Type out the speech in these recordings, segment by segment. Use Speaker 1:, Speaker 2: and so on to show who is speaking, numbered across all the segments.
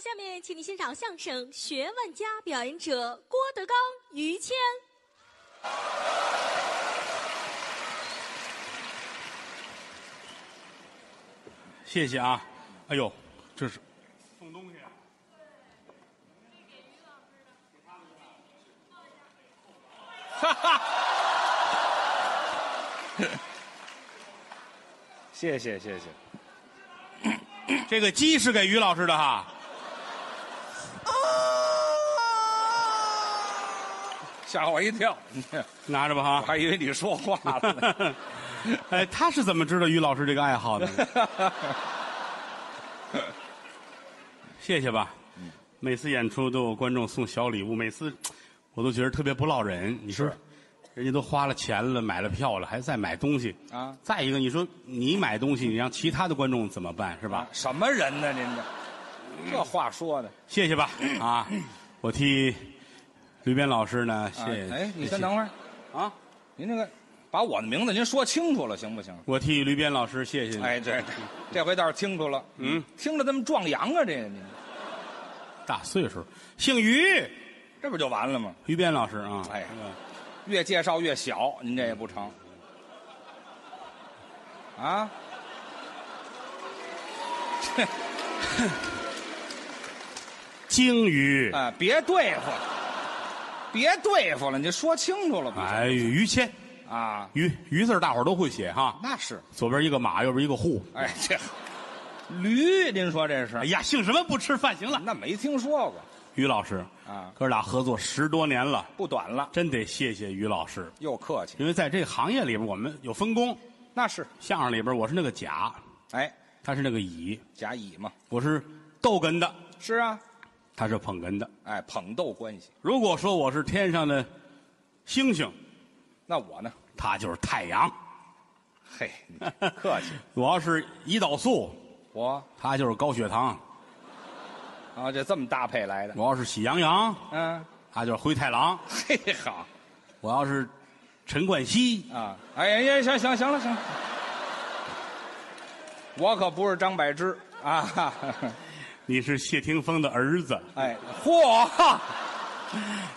Speaker 1: 下面请您欣赏相声《学问家》，表演者郭德纲、于谦。
Speaker 2: 谢谢啊！哎呦，这是送东西啊！哈哈，
Speaker 3: 谢谢谢谢，
Speaker 2: 这个鸡是给于老师的哈。
Speaker 3: 吓我一跳，
Speaker 2: 拿着吧
Speaker 3: 我
Speaker 2: 哈。
Speaker 3: 还以为你说话 呢。
Speaker 2: 哎，他是怎么知道于老师这个爱好的？ 谢谢吧。每次演出都有观众送小礼物，每次我都觉得特别不落人。你说
Speaker 3: 是，
Speaker 2: 人家都花了钱了，买了票了，还在买东西
Speaker 3: 啊
Speaker 2: 再一个，你说你买东西，你让其他的观众怎么办是吧？
Speaker 3: 啊什么人呢？您这这话说的，
Speaker 2: 谢谢吧啊！我替吕斌老师呢，谢
Speaker 3: 啊
Speaker 2: 谢。
Speaker 3: 哎，你先等会儿，
Speaker 2: 啊！
Speaker 3: 您这个把我的名字您说清楚了行不行？
Speaker 2: 我替吕斌老师谢谢你。
Speaker 3: 哎， 这这回倒是清楚了，嗯，听着这么壮阳啊，这个您
Speaker 2: 大岁数，姓于，
Speaker 3: 这不就完了吗？
Speaker 2: 于斌老师啊。
Speaker 3: 哎越介绍越小，您这也不成。啊？
Speaker 2: 鲸鱼，
Speaker 3: 哎，别对付，别对付了，你说清楚了不
Speaker 2: 哎，于谦，
Speaker 3: 是？啊，
Speaker 2: 于于字儿大伙儿都会写哈，
Speaker 3: 那是。
Speaker 2: 左边一个马，右边一个户。
Speaker 3: 哎，这驴，您说这是
Speaker 2: 哎？呀，姓什么不吃饭？行了，
Speaker 3: 那没听说过，
Speaker 2: 于老师
Speaker 3: 啊
Speaker 2: 哥俩合作十多年了，
Speaker 3: 不短了，
Speaker 2: 真得谢谢于老师，
Speaker 3: 又客气。
Speaker 2: 因为在这个行业里边，我们有分工，
Speaker 3: 那是，
Speaker 2: 相声里边我是那个甲，
Speaker 3: 哎，
Speaker 2: 他是那个乙，
Speaker 3: 甲乙嘛，
Speaker 2: 我是逗哏的，
Speaker 3: 是啊，
Speaker 2: 他是捧哏的。
Speaker 3: 哎，捧逗关系。
Speaker 2: 如果说我是天上的星星，
Speaker 3: 那我呢？
Speaker 2: 他就是太阳；
Speaker 3: 嘿， 你客气，
Speaker 2: 我要是胰岛素，
Speaker 3: 我
Speaker 2: 他就是高血糖；
Speaker 3: 啊，这这么搭配来的，
Speaker 2: 我要是喜羊羊，
Speaker 3: 嗯，
Speaker 2: 他就是灰太狼。
Speaker 3: 嘿，好
Speaker 2: 我要是陈冠希，
Speaker 3: 啊，哎呀呀，行行行了行了，我可不是张柏芝啊，哈哈
Speaker 2: 你是谢霆锋的儿子，
Speaker 3: 哎，嚯！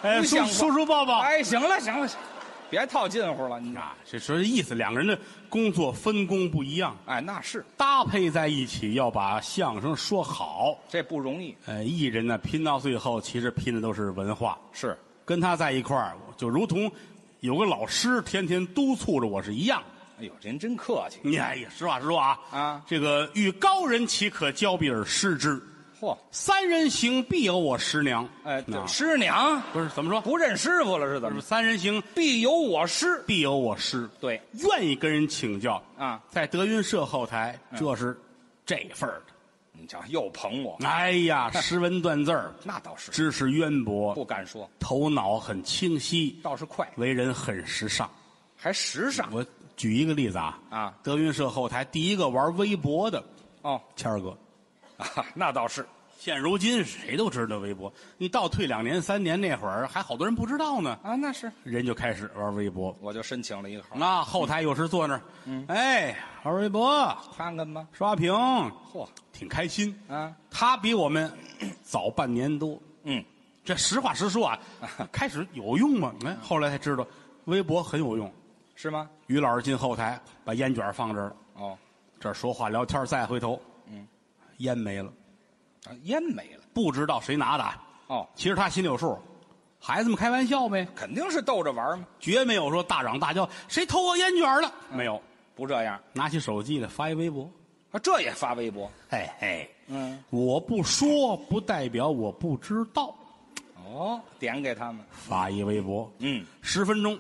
Speaker 2: 哎，
Speaker 3: 不
Speaker 2: 叔
Speaker 3: 像话
Speaker 2: 叔叔抱抱。
Speaker 3: 哎，行了行了，行了别套近乎了，你
Speaker 2: 啊，这说这意思，两个人的工作分工不一样，
Speaker 3: 哎，那是
Speaker 2: 搭配在一起要把相声说好。
Speaker 3: 这不容易，
Speaker 2: 呃，艺人呢拼到最后，其实拼的都是文化。
Speaker 3: 是
Speaker 2: 跟他在一块儿，就如同有个老师天天督促着我是一样的。
Speaker 3: 哎呦，您真客气。
Speaker 2: 你哎呀，实话实说啊，
Speaker 3: 啊
Speaker 2: 这个遇高人岂可交臂而失之？
Speaker 3: 嚯，
Speaker 2: 三人行必有我师娘。
Speaker 3: 哎，
Speaker 2: 啊
Speaker 3: 这师娘
Speaker 2: 不是怎么说？
Speaker 3: 不认师傅了是怎
Speaker 2: 是
Speaker 3: 么？
Speaker 2: 三人行
Speaker 3: 必有我师。
Speaker 2: 必有我师，
Speaker 3: 对，
Speaker 2: 愿意跟人请教
Speaker 3: 啊
Speaker 2: 在德云社后台，
Speaker 3: 嗯
Speaker 2: 这是这份儿的。
Speaker 3: 你瞧又捧我，
Speaker 2: 哎 呀，诗文断字儿，
Speaker 3: 那倒是
Speaker 2: 知识渊博，
Speaker 3: 不敢说，
Speaker 2: 头脑很清晰，
Speaker 3: 倒是快，
Speaker 2: 为人很时 尚。
Speaker 3: 还时尚
Speaker 2: 我举一个例子啊，
Speaker 3: 啊
Speaker 2: 德云社后台第一个玩微博的
Speaker 3: 哦
Speaker 2: 谦儿哥，
Speaker 3: 啊，那倒是
Speaker 2: 现如今谁都知道微博，你倒退两年三年那会儿，还好多人不知道呢，
Speaker 3: 啊，那是
Speaker 2: 人就开始玩微博。
Speaker 3: 我就申请了一个号，
Speaker 2: 那后台有时坐那儿，哎，玩微博、
Speaker 3: 看看吧。
Speaker 2: 刷屏，
Speaker 3: 嚯
Speaker 2: 挺开心。
Speaker 3: 啊，
Speaker 2: 他比我们 早半年多，
Speaker 3: 嗯，
Speaker 2: 这实话实说啊，开始有用吗？哎，后来才知道微博很有用。
Speaker 3: 是吗？
Speaker 2: 于老师进后台，把烟卷放这儿了，
Speaker 3: 哦，
Speaker 2: 这儿说话聊天，再回头，嗯，烟没了，
Speaker 3: 啊烟没了。
Speaker 2: 不知道谁拿的啊。
Speaker 3: 哦，
Speaker 2: 其实他心里有数，孩子们开玩笑呗，
Speaker 3: 肯定是逗着玩嘛，
Speaker 2: 绝没有说大嚷大叫谁偷我烟卷了，没有。
Speaker 3: 不这样
Speaker 2: 拿起手机来发一微博，
Speaker 3: 啊，这也发微博。
Speaker 2: 嘿嘿，
Speaker 3: 嗯，
Speaker 2: 我不说不代表我不知道，
Speaker 3: 哦，点给他们，
Speaker 2: 发一微博，
Speaker 3: 嗯，
Speaker 2: 十分钟，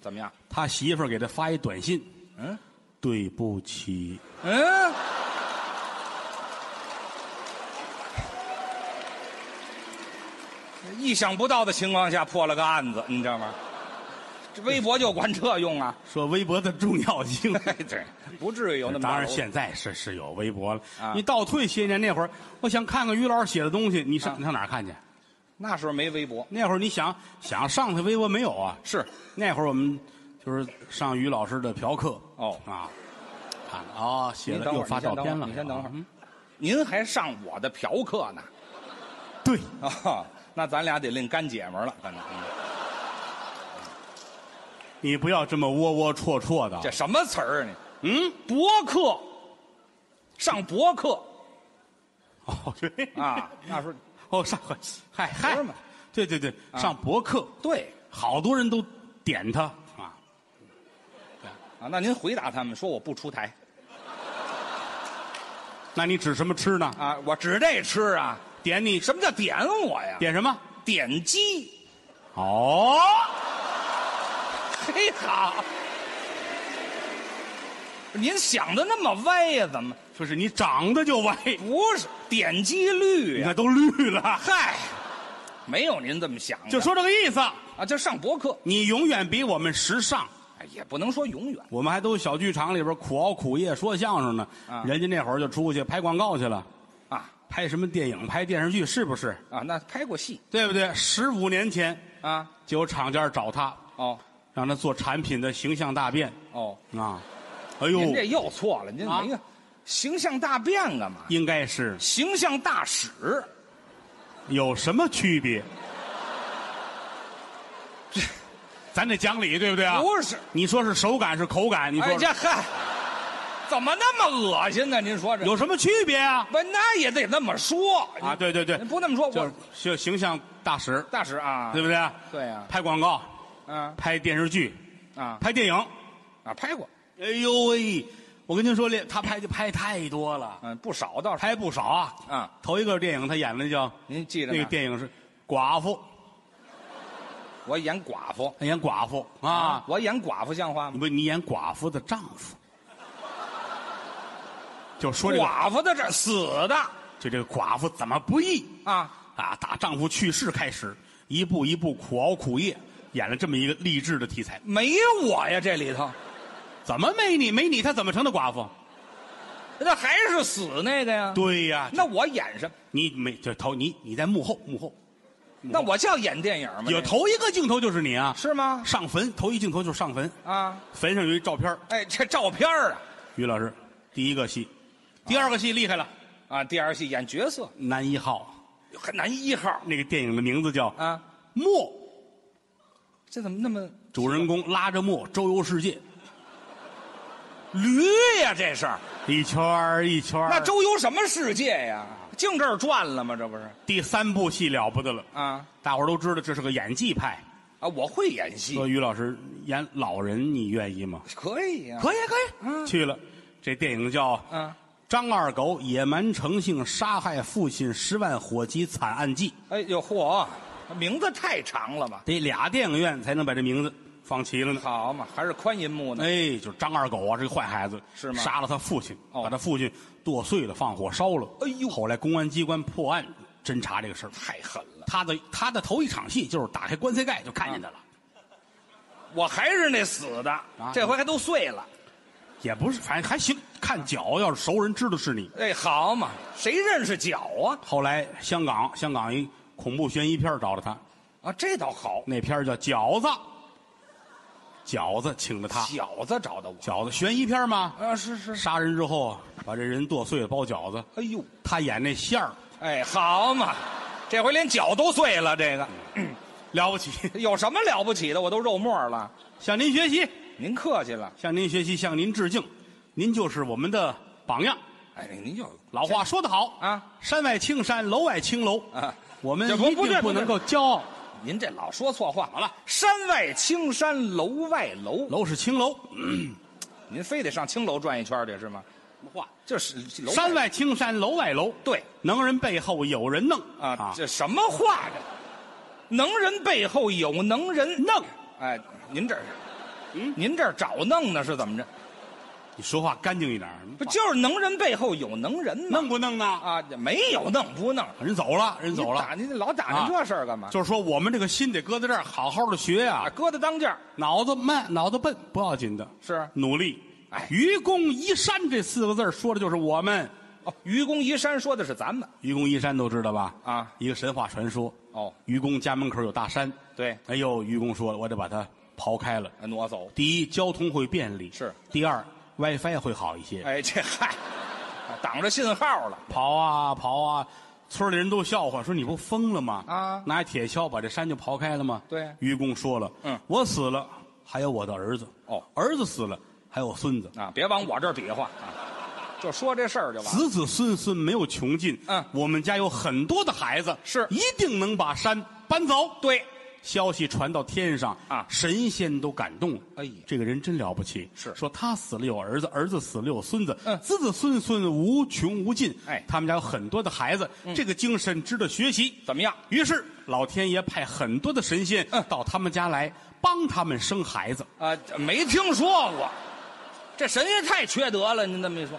Speaker 3: 怎么样？
Speaker 2: 他媳妇儿给他发一短信，
Speaker 3: 嗯
Speaker 2: 对不起，
Speaker 3: 嗯，意想不到的情况下破了个案子，你知道吗？这微博就管这用 啊？
Speaker 2: 说微博的重要性。
Speaker 3: 哎，对，不至于有那么大
Speaker 2: 当然，
Speaker 3: 楼
Speaker 2: 现在是是有微博了。
Speaker 3: 啊
Speaker 2: 你倒退些年那会儿，我想看看于老师写的东西，你上、
Speaker 3: 啊
Speaker 2: 你上哪儿看去？
Speaker 3: 那时候没微博，
Speaker 2: 那会儿你想想上他微博没有啊？
Speaker 3: 是
Speaker 2: 那会儿我们就是上于老师的嫖客
Speaker 3: 哦
Speaker 2: 啊，看了啊，写
Speaker 3: 你
Speaker 2: 了啊嗯
Speaker 3: 等会
Speaker 2: 又
Speaker 3: 儿
Speaker 2: 发照片了。
Speaker 3: 你先等会儿你先等会儿
Speaker 2: 嗯
Speaker 3: 您还上我的嫖客呢？
Speaker 2: 对，
Speaker 3: 啊、那咱俩得另干姐们儿了，可能、嗯
Speaker 2: 你不要这么窝窝戳戳的
Speaker 3: 这。什么词儿啊你？
Speaker 2: 嗯，
Speaker 3: 博客，上博客
Speaker 2: 哦对
Speaker 3: 啊，那时候
Speaker 2: 哦上回嗨
Speaker 3: 不
Speaker 2: 嗨
Speaker 3: 是嘛，
Speaker 2: 对对对，
Speaker 3: 啊
Speaker 2: 上博客，
Speaker 3: 对
Speaker 2: 好多人都点他啊，
Speaker 3: 啊，那您回答他们说我不出台
Speaker 2: 那你指什么吃呢？
Speaker 3: 啊，我指这吃啊，
Speaker 2: 点你
Speaker 3: 什么叫点我呀？
Speaker 2: 点什么？
Speaker 3: 点击，
Speaker 2: 哦，
Speaker 3: 嘿好，您想的那么歪呀、怎么
Speaker 2: 就是你长得就 歪，
Speaker 3: 不是点击率
Speaker 2: 你
Speaker 3: 呀、
Speaker 2: 看都绿了，
Speaker 3: 嗨，没有您这么想的，
Speaker 2: 就说这个意思。
Speaker 3: 啊，就上博客，
Speaker 2: 你永远比我们时尚，
Speaker 3: 哎，也不能说永远
Speaker 2: 我们还都小剧场里边苦熬苦夜说相声呢。
Speaker 3: 啊
Speaker 2: 人家那会儿就出去拍广告去了，
Speaker 3: 啊
Speaker 2: 拍什么电影、拍电视剧，是不是？
Speaker 3: 啊，那拍过戏
Speaker 2: 对不对？十五年前
Speaker 3: 啊，
Speaker 2: 就有厂家找他，
Speaker 3: 哦
Speaker 2: 让他做产品的形象大变
Speaker 3: 哦。
Speaker 2: 啊。哎
Speaker 3: 您这
Speaker 2: 呦，
Speaker 3: 又错了，您
Speaker 2: 啊
Speaker 3: 没有形象大变干嘛？
Speaker 2: 应该是
Speaker 3: 形象大使，
Speaker 2: 有什么区别？ 咱得讲理，对不对啊？
Speaker 3: 不是
Speaker 2: 你说是手感是口感，你
Speaker 3: 哎
Speaker 2: 说
Speaker 3: 这嗨，怎么那么恶心呢？您说这
Speaker 2: 有什么区别啊？
Speaker 3: 不那也得那么说
Speaker 2: 啊，，对对对
Speaker 3: 您，不那么说，
Speaker 2: 就是
Speaker 3: 我
Speaker 2: 形形象大使，
Speaker 3: 大使啊，
Speaker 2: 对不对啊？
Speaker 3: 对呀，
Speaker 2: 拍广告、
Speaker 3: 啊
Speaker 2: 拍电视剧、
Speaker 3: 啊
Speaker 2: 拍电影，
Speaker 3: 啊，拍过，
Speaker 2: 哎呦喂！我跟您说，这他拍就拍太多了，
Speaker 3: 嗯，不少倒是
Speaker 2: 拍不少啊。
Speaker 3: 啊，
Speaker 2: 头一个电影他演的叫
Speaker 3: 您记着
Speaker 2: 那个
Speaker 3: 呢
Speaker 2: 电影是寡妇，
Speaker 3: 我演寡妇
Speaker 2: 他演寡妇啊，
Speaker 3: 我演寡妇像话
Speaker 2: 你
Speaker 3: 吗？
Speaker 2: 不你演寡妇的丈夫， 就说这个
Speaker 3: 寡妇的这死的
Speaker 2: 就这个寡妇怎么不易
Speaker 3: 啊，
Speaker 2: 啊？打丈夫去世开始，一步一步苦熬苦夜，演了这么一个励志的题材。
Speaker 3: 没我呀这里头，
Speaker 2: 怎么没你没你，她怎么成的寡妇？
Speaker 3: 那还是死那个呀。
Speaker 2: 对呀，
Speaker 3: 那我演什么？
Speaker 2: 你没这头你你在幕后幕后，
Speaker 3: 那我叫演电影吗？
Speaker 2: 有头一个镜头就是你啊，
Speaker 3: 是吗？
Speaker 2: 上坟头一镜头就是上坟，
Speaker 3: 啊，
Speaker 2: 坟上有一照片儿，
Speaker 3: 哎，这照片儿啊，
Speaker 2: 于老师第一个戏，第二个戏厉害了，
Speaker 3: 啊，第二戏演角色
Speaker 2: 男一号。
Speaker 3: 很难一号
Speaker 2: 那个电影的名字叫《
Speaker 3: 啊，
Speaker 2: 墨》，
Speaker 3: 这怎么那么
Speaker 2: 主人公拉着墨周游世界，
Speaker 3: 驴呀、这是，
Speaker 2: 一圈儿一圈儿
Speaker 3: 那周游什么世界呀？净这儿转了吗？这不是
Speaker 2: 第三部戏了不得了，
Speaker 3: 啊
Speaker 2: 大伙儿都知道这是个演技派。
Speaker 3: 啊！我会演戏，
Speaker 2: 说于老师演老人，你愿意吗？
Speaker 3: 可以啊呀、
Speaker 2: 可以，可以。去了，这电影叫《
Speaker 3: 啊，
Speaker 2: 张二狗野蛮成性杀害父亲十万火急惨案记》，
Speaker 3: 哎呦嚯，名字太长了吧？
Speaker 2: 得俩电影院才能把这名字放齐了呢。
Speaker 3: 好嘛，还是宽银幕呢。
Speaker 2: 哎，就是张二狗啊，是个坏孩子，
Speaker 3: 是吗
Speaker 2: 杀了他父亲，
Speaker 3: 哦
Speaker 2: 把他父亲剁碎了，放火烧了。
Speaker 3: 哎呦
Speaker 2: 后来公安机关破案，侦查这个事儿。
Speaker 3: 太狠了，
Speaker 2: 他的他的头一场戏就是打开棺材盖就看见他
Speaker 3: 啊
Speaker 2: 了，
Speaker 3: 我还是那死的，这回还都碎了。
Speaker 2: 也不是，反正还行。看脚，要是熟人知道是你。
Speaker 3: 哎，好嘛，谁认识脚啊？
Speaker 2: 后来香港香港一恐怖悬疑片找了他，
Speaker 3: 啊，这倒好，
Speaker 2: 那片儿叫《饺子》，饺子请了他。
Speaker 3: 小子找的我
Speaker 2: 饺子悬疑片嘛，
Speaker 3: 啊，是是，
Speaker 2: 杀人之后啊把这人剁碎了包饺子，
Speaker 3: 哎呦。
Speaker 2: 他演那馅儿
Speaker 3: 哎，好嘛，这回连脚都碎了，这个
Speaker 2: 了不起，
Speaker 3: 有什么了不起的？我都肉沫了，
Speaker 2: 向您学习。
Speaker 3: 您客气了。
Speaker 2: 向您学习，向您致敬，您就是我们的榜样。
Speaker 3: 哎，您就
Speaker 2: 老话说得好
Speaker 3: 啊，
Speaker 2: 山外青山，楼外青楼
Speaker 3: 啊
Speaker 2: 我们
Speaker 3: 这不
Speaker 2: 一
Speaker 3: 不对
Speaker 2: 定
Speaker 3: 不
Speaker 2: 不
Speaker 3: 对
Speaker 2: 能够骄傲。
Speaker 3: 您这老说错话。
Speaker 2: 好了，
Speaker 3: 山外青山楼外楼，
Speaker 2: 楼是青楼，
Speaker 3: 您非得上青楼转一圈去是吗？
Speaker 2: 什么话？
Speaker 3: 这是楼
Speaker 2: 山外青山，楼外楼。
Speaker 3: 对
Speaker 2: 能人背后有人弄
Speaker 3: 啊，这什么话这？能人背后有能人，
Speaker 2: 弄。
Speaker 3: 哎，您这，
Speaker 2: 嗯
Speaker 3: 您这找弄呢是怎么着？
Speaker 2: 你说话干净一点，
Speaker 3: 不就是能人背后有能人吗？
Speaker 2: 弄不弄呢？
Speaker 3: 啊，没有弄不弄，啊
Speaker 2: 人走了，人走
Speaker 3: 你打
Speaker 2: 了。啊
Speaker 3: 您老打听这事儿干嘛？
Speaker 2: 就是说，我们这个心得搁在这儿，好好的学
Speaker 3: 啊，
Speaker 2: 呀。
Speaker 3: 搁在当间儿
Speaker 2: 脑子慢，脑子笨不要紧的，
Speaker 3: 是
Speaker 2: 努力
Speaker 3: 哎。
Speaker 2: 愚公移山这四个字儿说的就是我们。
Speaker 3: 哦，愚公移山说的是咱们
Speaker 2: 愚公移山都知道吧？
Speaker 3: 啊
Speaker 2: 一个神话传说。
Speaker 3: 哦，
Speaker 2: 愚公家门口有大山。
Speaker 3: 对哎
Speaker 2: 哎呦，愚公说了，我得把它刨开了。
Speaker 3: 挪走。
Speaker 2: 第一，交通会便利；
Speaker 3: 是。哎
Speaker 2: 第二，WiFi 会好一些。
Speaker 3: 哎，这嗨，挡着信号了
Speaker 2: 刨啊刨啊，村里人都笑话，说你不疯了吗？
Speaker 3: 啊
Speaker 2: 拿一铁锹把这山就刨开了吗？
Speaker 3: 对
Speaker 2: 愚公说了，
Speaker 3: 嗯
Speaker 2: 我死了，还有我的儿子。
Speaker 3: 哦
Speaker 2: 儿子死了，还有我孙子。
Speaker 3: 啊，别往我这儿比划啊，就说这事儿就完了。
Speaker 2: 子子孙孙没有穷尽，
Speaker 3: 嗯
Speaker 2: 我们家有很多的孩子，
Speaker 3: 是
Speaker 2: 一定能把山搬走。
Speaker 3: 对，
Speaker 2: 消息传到天上
Speaker 3: 啊
Speaker 2: 神仙都感动了。
Speaker 3: 哎呀
Speaker 2: 这个人真了不起，
Speaker 3: 是
Speaker 2: 说他死了有儿子，儿子死了有孙子，
Speaker 3: 嗯
Speaker 2: 子子孙孙无穷无尽。
Speaker 3: 哎嗯
Speaker 2: 他们家有很多的孩子，这个精神值得学习。
Speaker 3: 怎么样？
Speaker 2: 于是老天爷派很多的神仙
Speaker 3: 嗯
Speaker 2: 到他们家来帮他们生孩子。
Speaker 3: 啊，没听说过，这神也太缺德了。您这么一说，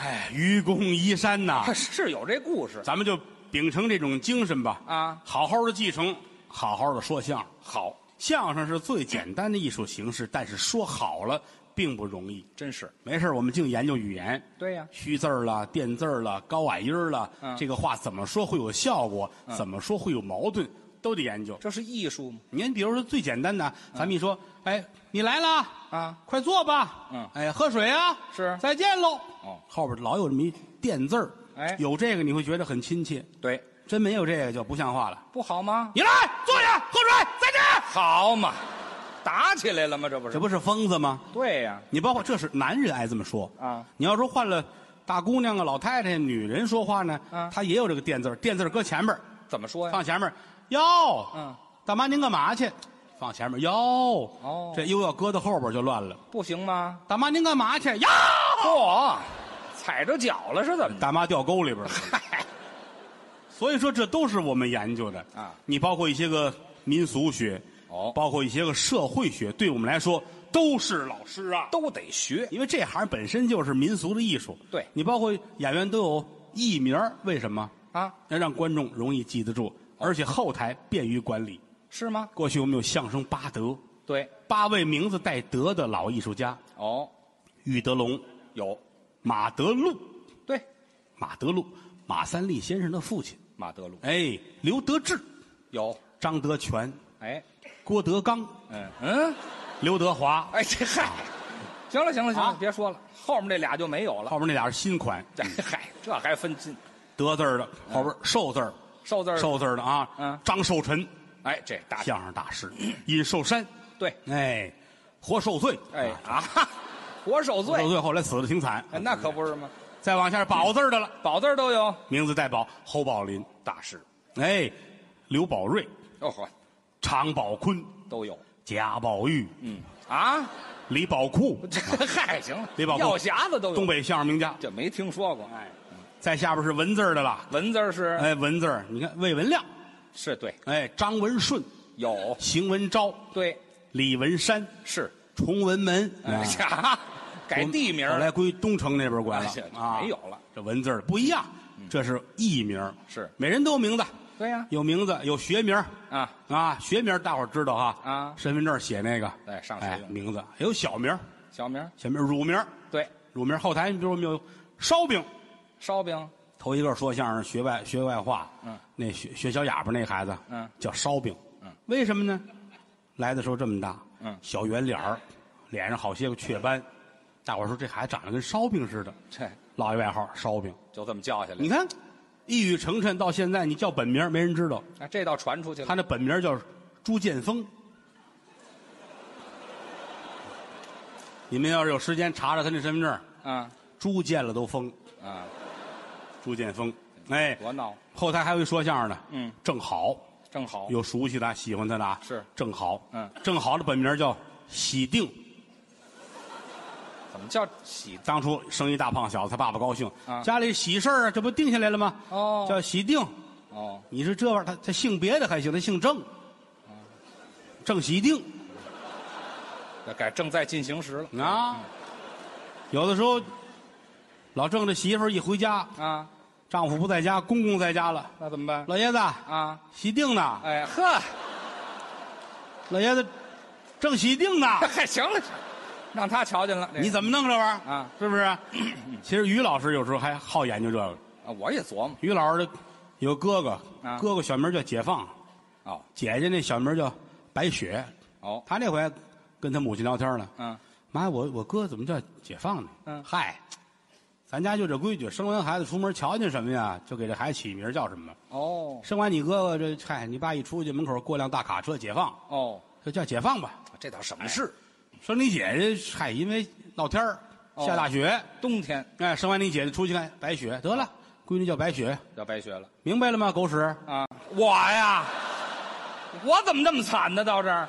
Speaker 2: 哎，愚公移山呐，
Speaker 3: 哎是有这故事。
Speaker 2: 咱们就秉承这种精神吧。
Speaker 3: 啊
Speaker 2: 好好的继承，好好的说相声。
Speaker 3: 好，
Speaker 2: 相声是最简单的艺术形式，但是说好了并不容易。
Speaker 3: 真是
Speaker 2: 没事儿我们净研究语言，
Speaker 3: 对呀
Speaker 2: 虚字儿了、垫字儿了、高矮音儿了，
Speaker 3: 嗯
Speaker 2: 这个话怎么说会有效果，怎么说会有矛盾，都得研究。
Speaker 3: 这是艺术吗？
Speaker 2: 您比如说最简单的，咱们一说，哎，你来啦，
Speaker 3: 啊，
Speaker 2: 快坐吧，
Speaker 3: 嗯
Speaker 2: 哎，喝水啊，
Speaker 3: 是
Speaker 2: 再见喽。
Speaker 3: 哦
Speaker 2: 后边老有这么一垫字儿，
Speaker 3: 哎
Speaker 2: 有这个你会觉得很亲切，
Speaker 3: 对，
Speaker 2: 真没有这个就不像话了。
Speaker 3: 不好吗？
Speaker 2: 你来坐下，喝水，再见。
Speaker 3: 好嘛，打起来了吗？这不
Speaker 2: 这
Speaker 3: 是？
Speaker 2: 不是疯子吗？
Speaker 3: 对呀、
Speaker 2: 你包括这是男人爱这么说
Speaker 3: 啊。
Speaker 2: 你要说换了大姑娘啊、老太太、女人说话呢，
Speaker 3: 啊
Speaker 2: 她也有这个垫字儿，垫字儿搁前边儿，
Speaker 3: 怎么说呀？
Speaker 2: 放前面儿，哟，
Speaker 3: 嗯，
Speaker 2: 大妈您干嘛去？放前面儿，哟，哦这又要搁到后边儿就乱了。
Speaker 3: 不行吗？
Speaker 2: 大妈您干嘛去？呀，
Speaker 3: 嚯、踩着脚了是怎 么的？
Speaker 2: 大妈掉沟里边儿了。所以说，这都是我们研究的
Speaker 3: 啊
Speaker 2: 你包括一些个民俗学，
Speaker 3: 哦
Speaker 2: 包括一些个社会学，对我们来说都是老师啊。
Speaker 3: 都得学。
Speaker 2: 因为这行本身就是民俗的艺术。
Speaker 3: 对
Speaker 2: 你包括演员都有艺名儿，为什么
Speaker 3: 啊？
Speaker 2: 要让观众容易记得住，而且后台便于管理。
Speaker 3: 是吗？
Speaker 2: 过去我们有相声八德，
Speaker 3: 对，
Speaker 2: 八位名字带“德”的老艺术家：
Speaker 3: 哦，
Speaker 2: 玉德龙、
Speaker 3: 有，
Speaker 2: 马德禄、
Speaker 3: 对，
Speaker 2: 马德禄、马三立先生的父亲，
Speaker 3: 马德禄
Speaker 2: 哎，刘德志、
Speaker 3: 有，
Speaker 2: 张德全、
Speaker 3: 哎，
Speaker 2: 郭德纲、
Speaker 3: 嗯嗯，
Speaker 2: 刘德华，
Speaker 3: 哎，这嗨，行了行了行了，
Speaker 2: 啊
Speaker 3: 别说了，后面这俩就没有了。
Speaker 2: 后边那俩是新款，
Speaker 3: 这嗨，这还分金
Speaker 2: 德字儿的，后边寿字儿，
Speaker 3: 寿字儿？
Speaker 2: 寿字儿的啊，
Speaker 3: 嗯
Speaker 2: 张寿臣，
Speaker 3: 哎，这大
Speaker 2: 相声大师尹寿山，
Speaker 3: 对，
Speaker 2: 哎，活受罪，
Speaker 3: 哎
Speaker 2: 啊
Speaker 3: 啊，活
Speaker 2: 活受
Speaker 3: 受罪，
Speaker 2: 罪后来死的挺惨，
Speaker 3: 哎那可不是吗？
Speaker 2: 再往下是宝字儿的了，
Speaker 3: 宝字儿都有
Speaker 2: 名字带宝，侯宝林，
Speaker 3: 大师，
Speaker 2: 哎，刘宝瑞，
Speaker 3: 哦呵，
Speaker 2: 常宝坤，
Speaker 3: 都有，
Speaker 2: 贾宝玉，
Speaker 3: 嗯啊，
Speaker 2: 李宝库，
Speaker 3: 这嗨行了，
Speaker 2: 李宝库
Speaker 3: 药匣子都有，
Speaker 2: 啊东北相声名家，
Speaker 3: 这没听说过，
Speaker 2: 哎，在下边是文字儿的了，
Speaker 3: 文字儿是
Speaker 2: 哎，文字儿，你看魏文亮，
Speaker 3: 是对，
Speaker 2: 哎，张文顺，
Speaker 3: 有
Speaker 2: 邢文昭，
Speaker 3: 对
Speaker 2: 李文山，
Speaker 3: 是，
Speaker 2: 崇文门，
Speaker 3: 哎
Speaker 2: 啊
Speaker 3: 呀，改地名儿
Speaker 2: 后来归东城那边管
Speaker 3: 哎呀
Speaker 2: 了啊，
Speaker 3: 没有了，
Speaker 2: 这文字儿不一样，这是艺名儿，
Speaker 3: 嗯是
Speaker 2: 每人都有名字，
Speaker 3: 对呀
Speaker 2: 有名字有学名儿
Speaker 3: 啊
Speaker 2: 啊，学名儿大伙儿知道哈
Speaker 3: 啊
Speaker 2: 身份证写那个，
Speaker 3: 哎上学用的
Speaker 2: 名字有小名儿，
Speaker 3: 小名儿
Speaker 2: 小名儿乳名儿，
Speaker 3: 对，
Speaker 2: 乳名儿后台你比如我们有烧饼，
Speaker 3: 烧饼
Speaker 2: 头一个说相声学外学外话，
Speaker 3: 嗯，
Speaker 2: 那学学小哑巴那孩子，
Speaker 3: 嗯
Speaker 2: 叫烧饼，嗯，为什么呢？来的时候这么大，
Speaker 3: 嗯
Speaker 2: 小圆脸儿，脸上好些个雀斑，大伙儿说这孩子长得跟烧饼似的，
Speaker 3: 这
Speaker 2: 落一外号烧饼。
Speaker 3: 就这么叫下来
Speaker 2: 你，看，一语成谶，到现在你叫本名儿没人知道，
Speaker 3: 哎，这倒传出去
Speaker 2: 他
Speaker 3: 了，
Speaker 2: 那本名叫朱剑锋。你们要是有时间查查他那身份证，
Speaker 3: 啊
Speaker 2: 朱见了都疯，
Speaker 3: 啊，
Speaker 2: 朱剑锋。哎，
Speaker 3: 多闹，
Speaker 2: 后台还有一说相声的，
Speaker 3: 嗯，
Speaker 2: 正好
Speaker 3: 正好
Speaker 2: 有熟悉的、喜欢他的啊，
Speaker 3: 是
Speaker 2: 正好，
Speaker 3: 嗯
Speaker 2: 正好的本名叫喜定。
Speaker 3: 怎么叫喜
Speaker 2: 当初生一大胖小子，他爸爸高兴，
Speaker 3: 啊
Speaker 2: 家里喜事儿啊，这不定下来了吗？
Speaker 3: 哦
Speaker 2: 叫喜定。
Speaker 3: 哦，
Speaker 2: 你说这玩意儿，他他姓别的还行，他姓郑，郑喜定
Speaker 3: 这改正在进行时了
Speaker 2: 啊。有的时候，老郑这媳妇儿一回家，
Speaker 3: 啊，
Speaker 2: 丈夫不在家，公公在家了，
Speaker 3: 那怎么办
Speaker 2: 老爷子，
Speaker 3: 啊？
Speaker 2: 喜定呢？
Speaker 3: 哎呵，
Speaker 2: 老爷子，郑喜定 呢？
Speaker 3: 嗨， 行了，行了让他瞧见了，这个
Speaker 2: 你怎么弄这玩意儿
Speaker 3: 啊？
Speaker 2: 是不是？ 其实于老师有时候还好研究这个。
Speaker 3: 啊我也琢磨
Speaker 2: 于老师有哥哥
Speaker 3: 啊，
Speaker 2: 哥哥小名叫解放，
Speaker 3: 哦
Speaker 2: 姐姐那小名叫白雪。
Speaker 3: 哦，
Speaker 2: 他那回跟他母亲聊天呢，
Speaker 3: 嗯
Speaker 2: 妈，我我哥怎么叫解放呢？
Speaker 3: 嗯
Speaker 2: 嗨，咱家就这规矩，生完孩子出门瞧见什么呀，就给这孩子起名叫什么。
Speaker 3: 哦
Speaker 2: 生完你哥哥这，嗨，你爸一出去门口过辆大卡车，解放
Speaker 3: 哦，
Speaker 2: 就叫解放吧。
Speaker 3: 这倒什么事？
Speaker 2: 生你姐这，嗨，因为闹天儿，
Speaker 3: 哦
Speaker 2: 下大雪，
Speaker 3: 冬天
Speaker 2: 哎，生完你姐出去看白雪，得了，闺女叫白雪，
Speaker 3: 要白雪了
Speaker 2: 明白了吗？狗屎，
Speaker 3: 啊！我呀，我怎么那么惨呢？到这儿，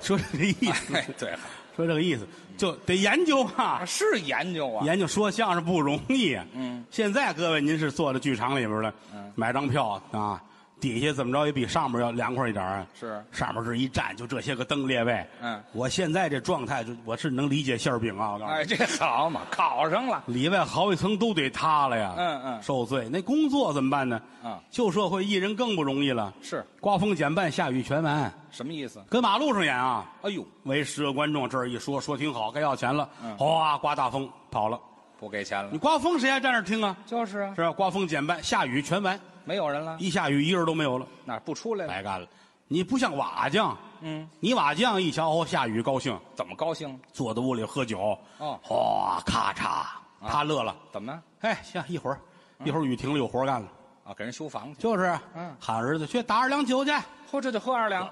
Speaker 2: 说这个意 思，
Speaker 3: 哎，对，
Speaker 2: 说这个意思，就得研究啊，
Speaker 3: 是研究啊，
Speaker 2: 研究说相声不容易啊。
Speaker 3: 嗯，
Speaker 2: 现在各位您是坐在剧场里边了，
Speaker 3: 嗯
Speaker 2: 买张票啊，底下怎么着也比上边要凉快一点儿。
Speaker 3: 是
Speaker 2: 上面这一站就这些个灯列位。
Speaker 3: 嗯，
Speaker 2: 我现在这状态就我是能理解馅儿饼啊，我告诉你。
Speaker 3: 哎，这好嘛，考上了，
Speaker 2: 里外好几层都得塌了呀，
Speaker 3: 嗯嗯
Speaker 2: 受罪。那工作怎么办呢？
Speaker 3: 啊
Speaker 2: 旧社会艺人更不容易了，
Speaker 3: 是
Speaker 2: 刮风减半，下雨全完，
Speaker 3: 什么意思？
Speaker 2: 跟马路上演啊，
Speaker 3: 哎呦，
Speaker 2: 围十个观众，这儿一说说挺好，该要钱了，
Speaker 3: 嗯
Speaker 2: 哗、刮大风跑了。
Speaker 3: 不给钱了
Speaker 2: 你，刮风谁还站那儿听啊？
Speaker 3: 就是啊，
Speaker 2: 是吧？刮风减半，下雨全完，
Speaker 3: 没有人了，
Speaker 2: 一下雨一人都没有了，
Speaker 3: 哪儿不出来了？
Speaker 2: 白干了。你不像瓦匠，
Speaker 3: 嗯，
Speaker 2: 你瓦匠一瞧哦下雨高兴，
Speaker 3: 怎么高兴？
Speaker 2: 坐在屋里喝酒，
Speaker 3: 哦
Speaker 2: 哗咔
Speaker 3: 啊
Speaker 2: 嚓，他乐了。
Speaker 3: 怎么
Speaker 2: 哎，行，一会儿一会儿雨停了，有活干了。
Speaker 3: 啊？给人修房去？
Speaker 2: 就是，啊
Speaker 3: 嗯
Speaker 2: 喊儿子去打二两酒去，
Speaker 3: 嚯，这就喝二两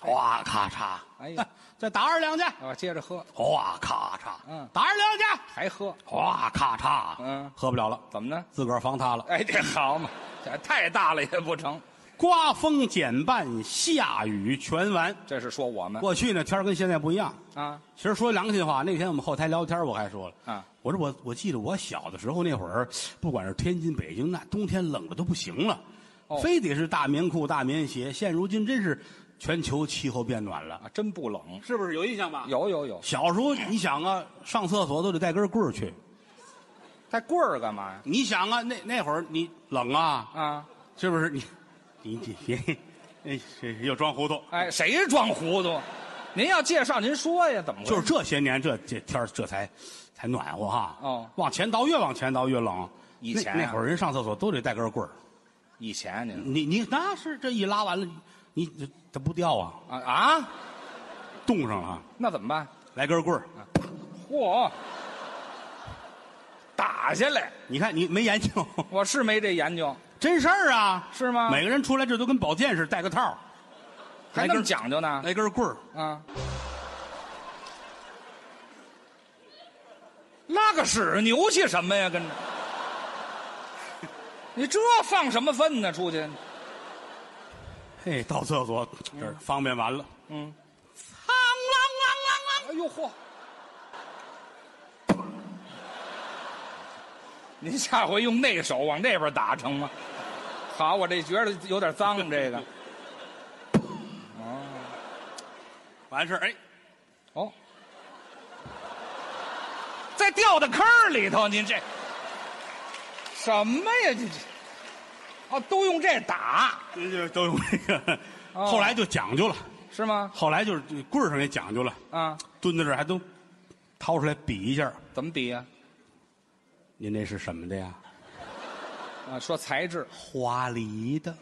Speaker 2: 哗咔嚓，
Speaker 3: 哎 呀，
Speaker 2: 再打二两去，
Speaker 3: 啊，接着喝，
Speaker 2: 哗咔嚓，
Speaker 3: 嗯
Speaker 2: 打二两去，
Speaker 3: 还喝，
Speaker 2: 哗咔嚓，
Speaker 3: 嗯
Speaker 2: 喝不了了，
Speaker 3: 怎么呢？
Speaker 2: 自个儿房塌了，
Speaker 3: 哎，这好嘛，这太大了也不成。
Speaker 2: 刮风减半，下雨全完。
Speaker 3: 这是说我们
Speaker 2: 过去那天儿跟现在不一样，
Speaker 3: 啊，
Speaker 2: 其实说良心话，那天我们后台聊天，我还说了，
Speaker 3: 啊，
Speaker 2: 我说我我记得我小的时候那会儿，不管是天津、北京，那冬天冷的都不行了，
Speaker 3: 哦
Speaker 2: 非得是大棉裤、大棉鞋。现如今真是全球气候变暖了，
Speaker 3: 啊，真不冷。
Speaker 2: 是不是有印象吧？
Speaker 3: 有有有，
Speaker 2: 小时候你想啊，上厕所都得带根棍儿去。
Speaker 3: 带棍儿干嘛呀？
Speaker 2: 你想啊，那那会儿你冷啊，
Speaker 3: 啊，
Speaker 2: 是不是？你你你别，哎，这又装糊涂。
Speaker 3: 哎，谁装糊涂？您要介绍，您说呀，怎么回事？
Speaker 2: 就是这些年这这天儿这才才暖和哈。
Speaker 3: 哦
Speaker 2: 往前倒越往前倒越冷。
Speaker 3: 以前啊
Speaker 2: 那那会儿人上厕所都得带根棍儿。
Speaker 3: 以前您
Speaker 2: 你你那是这一拉完了，你这它不掉啊，
Speaker 3: 啊啊，
Speaker 2: 冻上了啊，
Speaker 3: 那怎么办？
Speaker 2: 来根棍儿。
Speaker 3: 嚯，打下来，
Speaker 2: 你看你没研究，
Speaker 3: 我是没这研究，
Speaker 2: 真事儿啊，
Speaker 3: 是吗
Speaker 2: 每个人出来这都跟宝剑似的，带个套儿，
Speaker 3: 还
Speaker 2: 来
Speaker 3: 那
Speaker 2: 根
Speaker 3: 么讲究呢？
Speaker 2: 来根棍儿。
Speaker 3: 啊，拉个屎牛气什么呀？跟着， 你这放什么粪呢？出去，哎
Speaker 2: 嘿，到厕所这儿方便完了，
Speaker 3: 嗯，
Speaker 2: 啷啷啷啷啷，
Speaker 3: 哎呦嚯！您下回用那手往那边打成吗？好，我这觉得有点脏，这个。
Speaker 2: 完事儿哎，
Speaker 3: 哦，再掉到坑儿里头，您这什么呀？这这哦，都用这打
Speaker 2: 这就都有那个，
Speaker 3: 哦
Speaker 2: 后来就讲究了，
Speaker 3: 是吗？
Speaker 2: 后来就是这棍儿上也讲究了，
Speaker 3: 啊，
Speaker 2: 蹲在这儿还都掏出来比一下，
Speaker 3: 怎么比呀、
Speaker 2: 您那是什么的呀？
Speaker 3: 啊？说材质，
Speaker 2: 花梨的，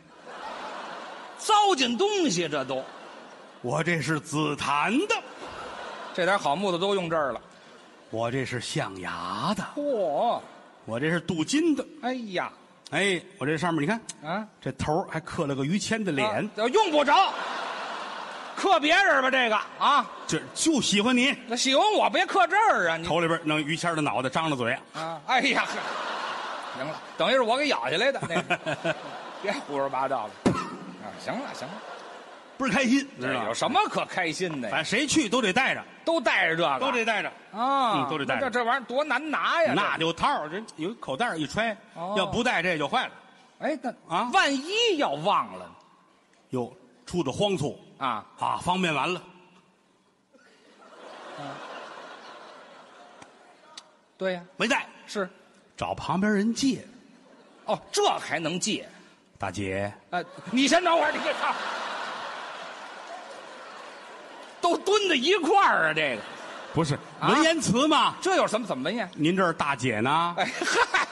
Speaker 3: 糟践东西，这都
Speaker 2: 我这是紫檀的，
Speaker 3: 这点好木头都用这儿了。
Speaker 2: 我这是象牙的，
Speaker 3: 嚯、
Speaker 2: 我这是镀金的，
Speaker 3: 哎呀，
Speaker 2: 哎，我这上面你看，
Speaker 3: 啊，
Speaker 2: 这头儿还刻了个于谦的脸，
Speaker 3: 啊用不着，克别人吧这个啊，
Speaker 2: 这就喜欢你。
Speaker 3: 那喜欢我别克这儿啊你
Speaker 2: 头里边弄于谦的脑袋，张着嘴，
Speaker 3: 啊，哎呀，呵行了，等于是我给咬下来的，那是别胡说八道了。 啊，行了行了，
Speaker 2: 倍儿开心，知
Speaker 3: 这
Speaker 2: 道
Speaker 3: 有
Speaker 2: 吗？
Speaker 3: 什么可开心的
Speaker 2: 反正
Speaker 3: 呀？
Speaker 2: 谁去都得带着，
Speaker 3: 都带着这个，
Speaker 2: 都得带着，
Speaker 3: 啊，
Speaker 2: 嗯都得带着
Speaker 3: 那这这玩意儿多难拿呀！
Speaker 2: 那有套儿，这有口袋儿一揣
Speaker 3: 哦，
Speaker 2: 要不带这就坏了。
Speaker 3: 这哎，那
Speaker 2: 啊
Speaker 3: 万一要忘了呢
Speaker 2: 哟，出的荒促
Speaker 3: 啊，
Speaker 2: 啊，方便完了，
Speaker 3: 对呀，
Speaker 2: 没带，
Speaker 3: 是
Speaker 2: 找旁边人借。
Speaker 3: 哦，这还能借？
Speaker 2: 大姐，
Speaker 3: 哎，你先等会儿，你别唱，都蹲在一块儿啊，这个
Speaker 2: 不是
Speaker 3: 啊
Speaker 2: 文言词嘛？
Speaker 3: 这有什么怎么文言？
Speaker 2: 您这儿大姐呢？
Speaker 3: 哎嗨，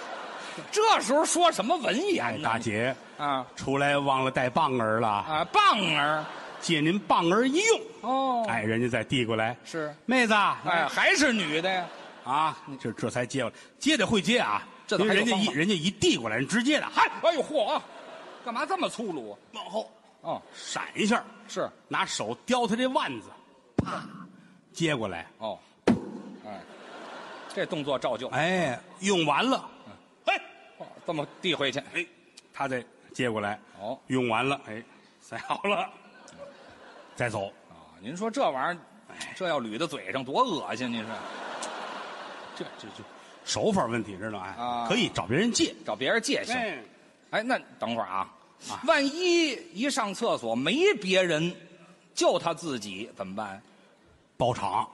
Speaker 3: 这时候说什么文言
Speaker 2: 哎，
Speaker 3: 呢？
Speaker 2: 大姐，
Speaker 3: 啊
Speaker 2: 出来忘了带棒儿了，
Speaker 3: 啊，棒儿
Speaker 2: 借您棒儿一用。哎
Speaker 3: 哦，
Speaker 2: 哎，人家再递过来，
Speaker 3: 是，
Speaker 2: 妹子，
Speaker 3: 哎，
Speaker 2: 哎
Speaker 3: 还是女的呀？
Speaker 2: 啊，这这才接过来，接得会接啊，
Speaker 3: 这
Speaker 2: 因
Speaker 3: 哪
Speaker 2: 为
Speaker 3: 还有
Speaker 2: 人家一
Speaker 3: 方法
Speaker 2: 人家一递过来，人直接的，嗨，
Speaker 3: 哎呦嚯啊，干嘛这么粗鲁啊？
Speaker 2: 往后
Speaker 3: 哦，
Speaker 2: 闪一下，
Speaker 3: 是
Speaker 2: 拿手叼他这腕子，啪，接过来，
Speaker 3: 哦，哎，这动作照旧，
Speaker 2: 哎，用完了，哎
Speaker 3: 哦这么递回去。
Speaker 2: 哎，他再接过来，
Speaker 3: 哦
Speaker 2: 用完了，哎，塞好了，再走，
Speaker 3: 啊，您说这玩意儿，哎这要捋到嘴上多恶心！您说，
Speaker 2: 这这这手法问题知道吗？哎
Speaker 3: 啊，
Speaker 2: 可以找别人借，
Speaker 3: 找别人借行？
Speaker 2: 哎，
Speaker 3: 哎，那等会儿啊，万一一上厕所没别人，就他自己怎么办？
Speaker 2: 包场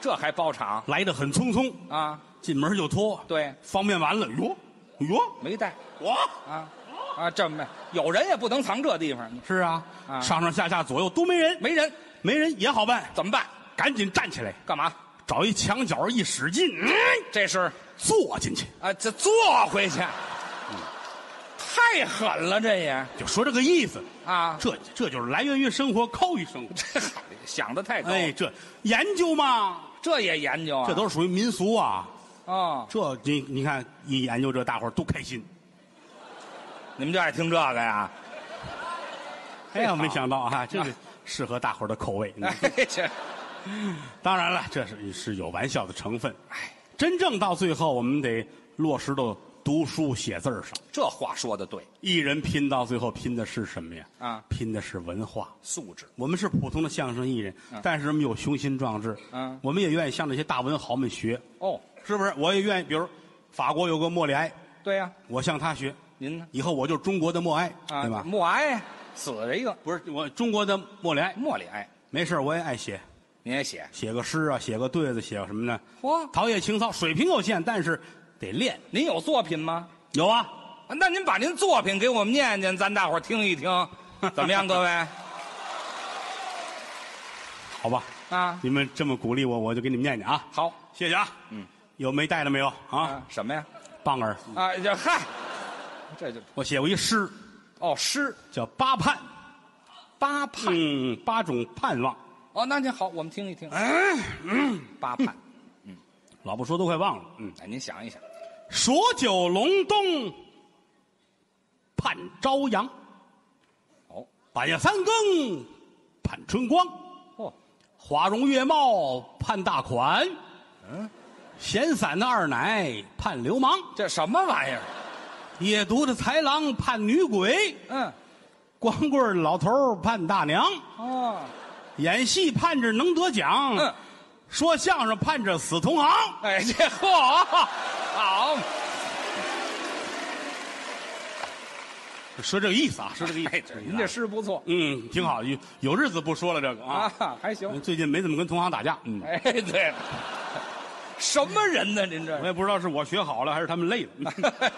Speaker 3: 这还包场
Speaker 2: 来的很匆匆，
Speaker 3: 啊？
Speaker 2: 进门就脱，
Speaker 3: 对
Speaker 2: 方便完了，哟哟，
Speaker 3: 没带
Speaker 2: 我。
Speaker 3: 啊啊？这没有人也不能藏这地方，
Speaker 2: 是啊，
Speaker 3: 啊
Speaker 2: 上上下下左右都没人，
Speaker 3: 没人
Speaker 2: 没人也好办，
Speaker 3: 怎么办？
Speaker 2: 赶紧站起来，
Speaker 3: 干嘛？
Speaker 2: 找一墙角一使劲，嗯
Speaker 3: 这是
Speaker 2: 坐进去，
Speaker 3: 啊，这坐回去，嗯太狠了，这也
Speaker 2: 就说这个意思。
Speaker 3: 啊，
Speaker 2: 这这就是来源于生活，高于生活。
Speaker 3: 这好想的太高了，
Speaker 2: 哎，这研究嘛，
Speaker 3: 这也研究啊，
Speaker 2: 这都是属于民俗啊。
Speaker 3: 啊，
Speaker 2: 这你你看一研究这，大伙儿都开心。
Speaker 3: 你们就爱听这个呀？
Speaker 2: 哎呀，
Speaker 3: 好
Speaker 2: 没想到 啊，这个
Speaker 3: 啊
Speaker 2: 适合大伙儿的口味。
Speaker 3: 哎，这
Speaker 2: 当然了，这是是有玩笑的成分。
Speaker 3: 哎
Speaker 2: 真正到最后，我们得落实到读书写字儿上。
Speaker 3: 这话说的对，
Speaker 2: 艺人拼到最后拼的是什么呀？
Speaker 3: 啊
Speaker 2: 拼的是文化。
Speaker 3: 素质
Speaker 2: 我们是普通的相声艺人，
Speaker 3: 啊
Speaker 2: 但是我们有雄心壮志。
Speaker 3: 嗯
Speaker 2: 我们也愿意向这些大文豪们学，
Speaker 3: 哦，
Speaker 2: 是不是？我也愿意，比如法国有个莫里埃，
Speaker 3: 对呀、
Speaker 2: 我向他学，
Speaker 3: 您呢？
Speaker 2: 以后我就是中国的默哀，
Speaker 3: 啊，
Speaker 2: 对吧？
Speaker 3: 默哀死了一个，
Speaker 2: 不是我中国的莫里埃，
Speaker 3: 莫里哀，
Speaker 2: 没事儿我也爱写，
Speaker 3: 您也写？
Speaker 2: 写个诗啊，写个对子，写个什么呢？
Speaker 3: 嚯，
Speaker 2: 陶冶情操，水平有限，但是得练。
Speaker 3: 您有作品吗？
Speaker 2: 有啊，
Speaker 3: 啊那您把您作品给我们念念，咱大伙儿听一听，怎么样，各位？
Speaker 2: 好吧，
Speaker 3: 啊，
Speaker 2: 你们这么鼓励我，我就给你们念念啊，
Speaker 3: 好
Speaker 2: 谢谢啊。
Speaker 3: 嗯，
Speaker 2: 有没带的没有啊？
Speaker 3: 啊，什么呀？
Speaker 2: 棒儿。
Speaker 3: 啊，这嗨，这就
Speaker 2: 我写过一诗，
Speaker 3: 哦诗
Speaker 2: 叫《八盼》，
Speaker 3: 八盼、
Speaker 2: 嗯，八种盼望。
Speaker 3: 哦，那您好，我们听一听、八盼。
Speaker 2: 老不说都快忘了。嗯，
Speaker 3: 哎，您想一想，
Speaker 2: 数九隆冬，盼朝阳；
Speaker 3: 哦
Speaker 2: 半夜三更，盼春光；
Speaker 3: 哦，
Speaker 2: 花容月貌，盼大款。嗯，闲散的二奶盼流氓，
Speaker 3: 这什么玩意儿？
Speaker 2: 夜读的豺狼盼女鬼，
Speaker 3: 嗯，
Speaker 2: 光棍儿老头儿盼大娘，
Speaker 3: 哦，
Speaker 2: 演戏盼着能得奖，
Speaker 3: 嗯
Speaker 2: 说相声盼着死同行。
Speaker 3: 哎，这
Speaker 2: 啊
Speaker 3: 嚯，好，
Speaker 2: 说这个意思啊，说这个意思。
Speaker 3: 哎，这您这诗不错
Speaker 2: 嗯，挺好，有有日子不说了这个
Speaker 3: 啊
Speaker 2: 啊。，
Speaker 3: 还行。
Speaker 2: 最近没怎么跟同行打架，嗯，
Speaker 3: 哎，对，什么人呢？您
Speaker 2: 我
Speaker 3: 这
Speaker 2: 也不知道是我学好了还是他们累了。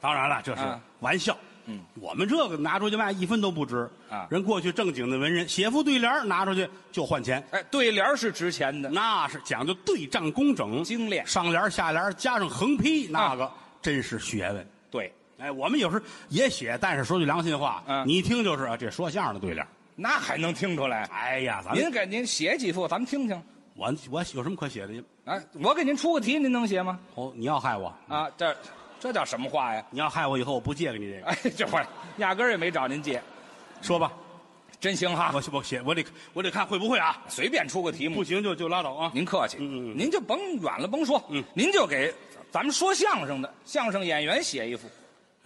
Speaker 2: 当然了，这是
Speaker 3: 啊
Speaker 2: 玩笑。嗯，我们这个拿出去卖一分都不值
Speaker 3: 啊
Speaker 2: 人过去正经的文人写副对联儿拿出去就换钱，
Speaker 3: 哎，对联儿是值钱的，
Speaker 2: 那是讲究对仗工整、
Speaker 3: 精炼
Speaker 2: 上联儿下联儿加上横批，
Speaker 3: 啊
Speaker 2: 那个真是学问。
Speaker 3: 对，
Speaker 2: 哎，我们有时也写，但是说句良心话，
Speaker 3: 嗯
Speaker 2: 你一听就是啊，这说相声的对联儿。
Speaker 3: 那还能听出来？
Speaker 2: 哎呀，咱们
Speaker 3: 您给您写几副，咱们听听。
Speaker 2: 我我有什么可写的？
Speaker 3: 哎，我给您出个题，您能写吗？
Speaker 2: 哦，你要害我，
Speaker 3: 啊，这这叫什么话呀？
Speaker 2: 你要害我以后我不借给你这个。
Speaker 3: 哎，这会儿压根儿也没找您借，
Speaker 2: 说吧，
Speaker 3: 真行哈！
Speaker 2: 我我写我得我得看会不会啊，
Speaker 3: 随便出个题
Speaker 2: 不
Speaker 3: 目，
Speaker 2: 行就就拉倒啊。
Speaker 3: 您客气，
Speaker 2: 嗯嗯嗯
Speaker 3: 您就甭远了，甭说，
Speaker 2: 嗯
Speaker 3: 您就给咱们说相声的相声演员写一副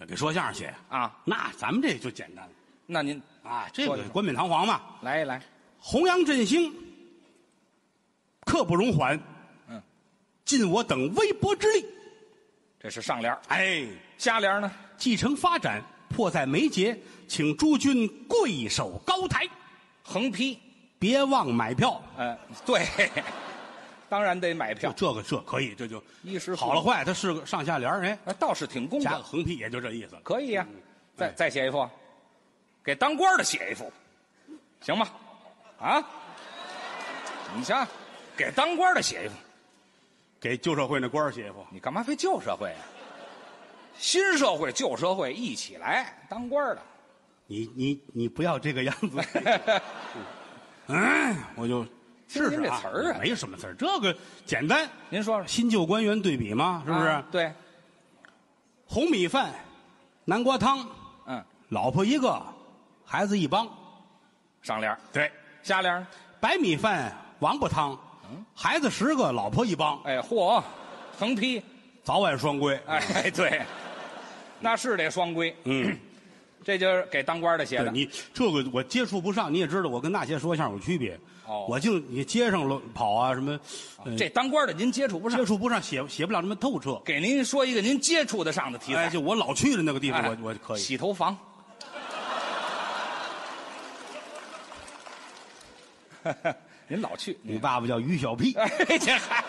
Speaker 2: 给说相声写，
Speaker 3: 啊。
Speaker 2: 那咱们这就简单了
Speaker 3: 那您
Speaker 2: 啊，这
Speaker 3: 说
Speaker 2: 个
Speaker 3: 一说
Speaker 2: 冠冕堂皇嘛，
Speaker 3: 来一来，
Speaker 2: 弘扬振兴，刻不容缓。
Speaker 3: 嗯，
Speaker 2: 尽我等微薄之力，
Speaker 3: 这是上联儿，
Speaker 2: 哎，
Speaker 3: 下联儿呢？
Speaker 2: 继承发展，迫在眉睫，请诸君贵守高台，
Speaker 3: 横批，
Speaker 2: 别忘买票。
Speaker 3: 呃，对， 当然得买
Speaker 2: 就
Speaker 3: 票，
Speaker 2: 这个这可以，这就
Speaker 3: 衣食父母
Speaker 2: 好了坏，它是个上下联儿哎，
Speaker 3: 哎倒是挺公
Speaker 2: 加个
Speaker 3: 道，
Speaker 2: 横批也就这意思了。
Speaker 3: 可以呀、再
Speaker 2: 哎
Speaker 3: 再写一副，给当官的写一副，行吗？啊，你瞧，给当官的写一副，
Speaker 2: 给旧社会那官儿写一副，
Speaker 3: 你干嘛非旧社会啊？新社会、旧社会一起来，当官的
Speaker 2: 你你你不要这个样子。嗯，我就
Speaker 3: 听
Speaker 2: 试
Speaker 3: 听
Speaker 2: 试
Speaker 3: 这
Speaker 2: 啊
Speaker 3: 词儿啊，
Speaker 2: 没什么词儿，这个简单，
Speaker 3: 您说说
Speaker 2: 新旧官员对比嘛，是不是？
Speaker 3: 啊对，
Speaker 2: 红米饭，南瓜汤，
Speaker 3: 嗯，
Speaker 2: 老婆一个，孩子一帮。
Speaker 3: 上联儿
Speaker 2: 对，
Speaker 3: 下联儿
Speaker 2: 白米饭，王八汤，孩子十个，老婆一帮，
Speaker 3: 嗯哎，嚯，横批，
Speaker 2: 早晚双规。
Speaker 3: 哎，对，那是得双规，
Speaker 2: 嗯，
Speaker 3: 这就是给当官的写
Speaker 2: 对
Speaker 3: 的。
Speaker 2: 你这个我接触不上，你也知道，我跟那些说相声有区别。
Speaker 3: 哦
Speaker 2: 我净你街上乱跑啊，什么，呃
Speaker 3: 这当官的您接触不上
Speaker 2: 接，触不上，写写不了那么透彻。
Speaker 3: 给您说一个您接触得上的题材。
Speaker 2: 哎，就我老去的那个地方，
Speaker 3: 哎
Speaker 2: 我我可以。
Speaker 3: 洗头房。 您老去，
Speaker 2: 你爸爸叫于小屁，
Speaker 3: 哎，这还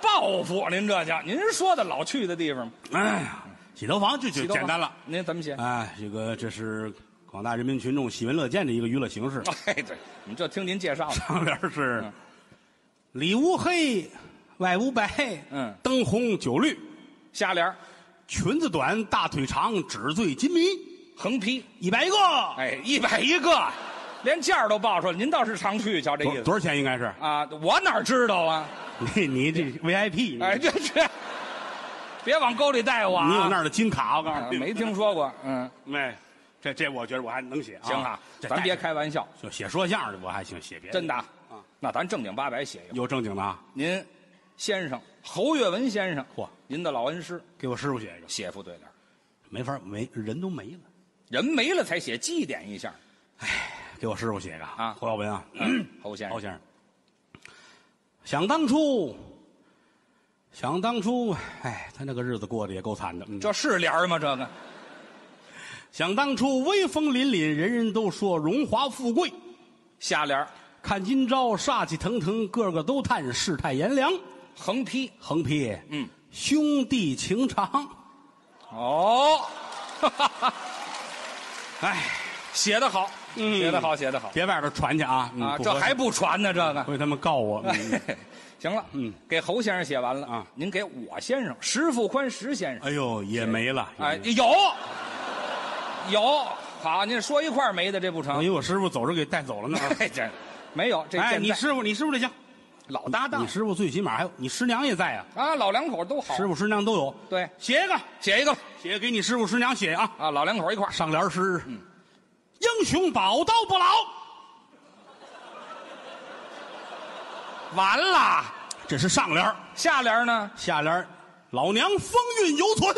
Speaker 3: 报复啊您这叫您说的老去的地方，
Speaker 2: 哎呀，洗头房就就
Speaker 3: 洗头房
Speaker 2: 简单了。
Speaker 3: 您怎么写？
Speaker 2: 哎，这个这是广大人民群众喜闻乐见的一个娱乐形式。
Speaker 3: 哎，对，你就听您介绍的。
Speaker 2: 上联是
Speaker 3: 嗯
Speaker 2: 里屋黑，外屋白，
Speaker 3: 嗯
Speaker 2: 灯红酒绿，
Speaker 3: 下联儿
Speaker 2: 裙子短，大腿长，纸醉金迷，
Speaker 3: 横批，
Speaker 2: 一百个。
Speaker 3: 哎，一百一个，连价儿都报出来。您倒是常去，瞧这
Speaker 2: 多
Speaker 3: 意思
Speaker 2: 多少钱应该是？
Speaker 3: 啊！我哪知道啊？
Speaker 2: 你你这 VIP，你
Speaker 3: 哎，这这，别往沟里带我啊！
Speaker 2: 嗯你有那儿的金卡，我告
Speaker 3: 啊
Speaker 2: 诉你，
Speaker 3: 没听说过？嗯，
Speaker 2: 没。这这我觉得我还能写啊，
Speaker 3: 行啊，
Speaker 2: 这
Speaker 3: 咱别
Speaker 2: 带
Speaker 3: 开玩笑，
Speaker 2: 就写说相声的我还行，写别
Speaker 3: 真的啊
Speaker 2: 啊。
Speaker 3: 那咱正经八百写一个。
Speaker 2: 有正经的啊，
Speaker 3: 您先生侯月文先生，
Speaker 2: 嚯
Speaker 3: 您的老恩师，
Speaker 2: 给我师傅写一个，
Speaker 3: 写副对联儿，
Speaker 2: 没法没人都没了，
Speaker 3: 人没了才写，祭奠一下
Speaker 2: 给我师傅写一个
Speaker 3: 啊
Speaker 2: 侯耀文啊，
Speaker 3: 侯先
Speaker 2: 高先
Speaker 3: 生。
Speaker 2: 生，想当初，想当初，哎，他那个日子过得也够惨的。嗯，
Speaker 3: 这是联儿吗？这个
Speaker 2: 想当初威风凛凛，人人都说荣华富贵，
Speaker 3: 下联儿
Speaker 2: 看今朝煞气腾腾，个个都叹世态炎凉。
Speaker 3: 横批，
Speaker 2: 横批，
Speaker 3: 嗯，
Speaker 2: 兄弟情长，嗯
Speaker 3: 哦，
Speaker 2: 哎，
Speaker 3: 写得好，
Speaker 2: 嗯
Speaker 3: 写得好，写得好
Speaker 2: 别外边传去啊！嗯
Speaker 3: 啊！
Speaker 2: 不
Speaker 3: 这
Speaker 2: 合适
Speaker 3: 还不传呢，这个。
Speaker 2: 会他们告我。嗯
Speaker 3: 行了，
Speaker 2: 嗯，
Speaker 3: 给侯先生写完了
Speaker 2: 啊
Speaker 3: 您给我先生石富宽石先生，
Speaker 2: 哎呦，也没了。
Speaker 3: 哎，
Speaker 2: 也没了，
Speaker 3: 有有，好，您说一块儿没的这不
Speaker 2: 等
Speaker 3: 成？
Speaker 2: 于我师傅走着给带走 了呢。
Speaker 3: 哎，这没有这
Speaker 2: 哎，
Speaker 3: 现
Speaker 2: 你
Speaker 3: 在
Speaker 2: 师傅，你师傅这行，
Speaker 3: 老搭档
Speaker 2: 哦你师傅最起码还有你师娘也在啊。
Speaker 3: 啊，老两口都好，
Speaker 2: 师傅师娘都有，
Speaker 3: 对，
Speaker 2: 写一个，
Speaker 3: 写一个
Speaker 2: 写给你师傅师娘写啊。嗯
Speaker 3: 啊，老两口一块儿
Speaker 2: 上联诗，英雄宝刀不老，
Speaker 3: 完了，
Speaker 2: 这是上联儿。
Speaker 3: 下联呢？
Speaker 2: 下联儿，老娘风韵犹存。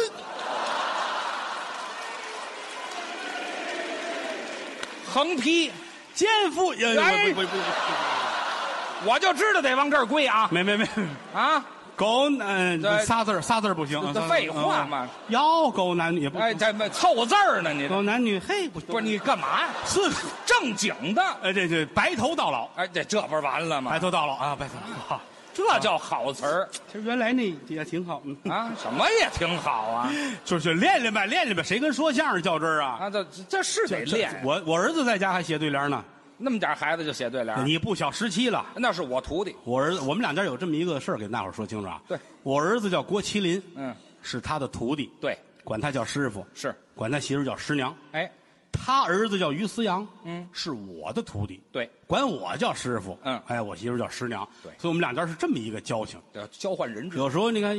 Speaker 3: 横批，
Speaker 2: 奸夫也
Speaker 3: 哎
Speaker 2: 不不不
Speaker 3: 我就知道得往这儿归啊
Speaker 2: 没没 没，
Speaker 3: 啊！
Speaker 2: 狗嗯、
Speaker 3: 对
Speaker 2: 仨字儿仨字儿不行。
Speaker 3: 这废话嘛
Speaker 2: 嗯要狗男女也不
Speaker 3: 哎，这没凑字儿呢，你
Speaker 2: 狗男女嘿不
Speaker 3: 不是你干嘛呀？
Speaker 2: 四个
Speaker 3: 正经的，
Speaker 2: 哎这这白头到老，
Speaker 3: 哎，这这不是完了吗
Speaker 2: 白？头到老啊白头到老。
Speaker 3: 这叫好词儿。
Speaker 2: 其实原来那也挺好，嗯
Speaker 3: 啊，什么也挺好 啊！
Speaker 2: 就是练练吧，练练吧。谁跟说相声较真儿啊？
Speaker 3: 啊，这这是得
Speaker 2: 这
Speaker 3: 练。
Speaker 2: 我我儿子在家还写对联呢。
Speaker 3: 那么点孩子就写对联儿，
Speaker 2: 你不小十七了。
Speaker 3: 那是我徒弟。
Speaker 2: 我儿子，我们两家有这么一个事儿，给大伙儿说清楚啊。
Speaker 3: 对，
Speaker 2: 我儿子叫郭麒麟，
Speaker 3: 嗯，
Speaker 2: 是他的徒弟，
Speaker 3: 对，
Speaker 2: 管他叫师傅，
Speaker 3: 是。
Speaker 2: 管他媳妇儿叫师娘。
Speaker 3: 哎，
Speaker 2: 他儿子叫于思阳，
Speaker 3: 嗯，
Speaker 2: 是我的徒弟，
Speaker 3: 对，
Speaker 2: 管我叫师傅，
Speaker 3: 嗯
Speaker 2: 哎，我媳妇儿叫师娘，
Speaker 3: 对
Speaker 2: 所以我们两家是这么一个交情。
Speaker 3: 要交换人质。
Speaker 2: 有时候你看，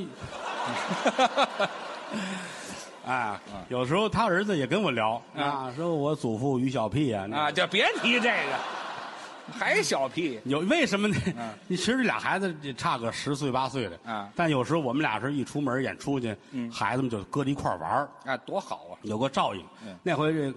Speaker 2: 哎，有时候他儿子也跟我聊
Speaker 3: 嗯
Speaker 2: 啊，说我祖父于小屁啊，那
Speaker 3: 啊，就别提这个，还小屁。
Speaker 2: 有为什么呢
Speaker 3: 嗯？
Speaker 2: 你其实这俩孩子也差个十岁八岁的，
Speaker 3: 啊
Speaker 2: 但有时候我们俩是一出门演出去，孩子们就搁在一块儿玩儿
Speaker 3: 啊，多好啊！
Speaker 2: 有个照应。
Speaker 3: 嗯
Speaker 2: 那回这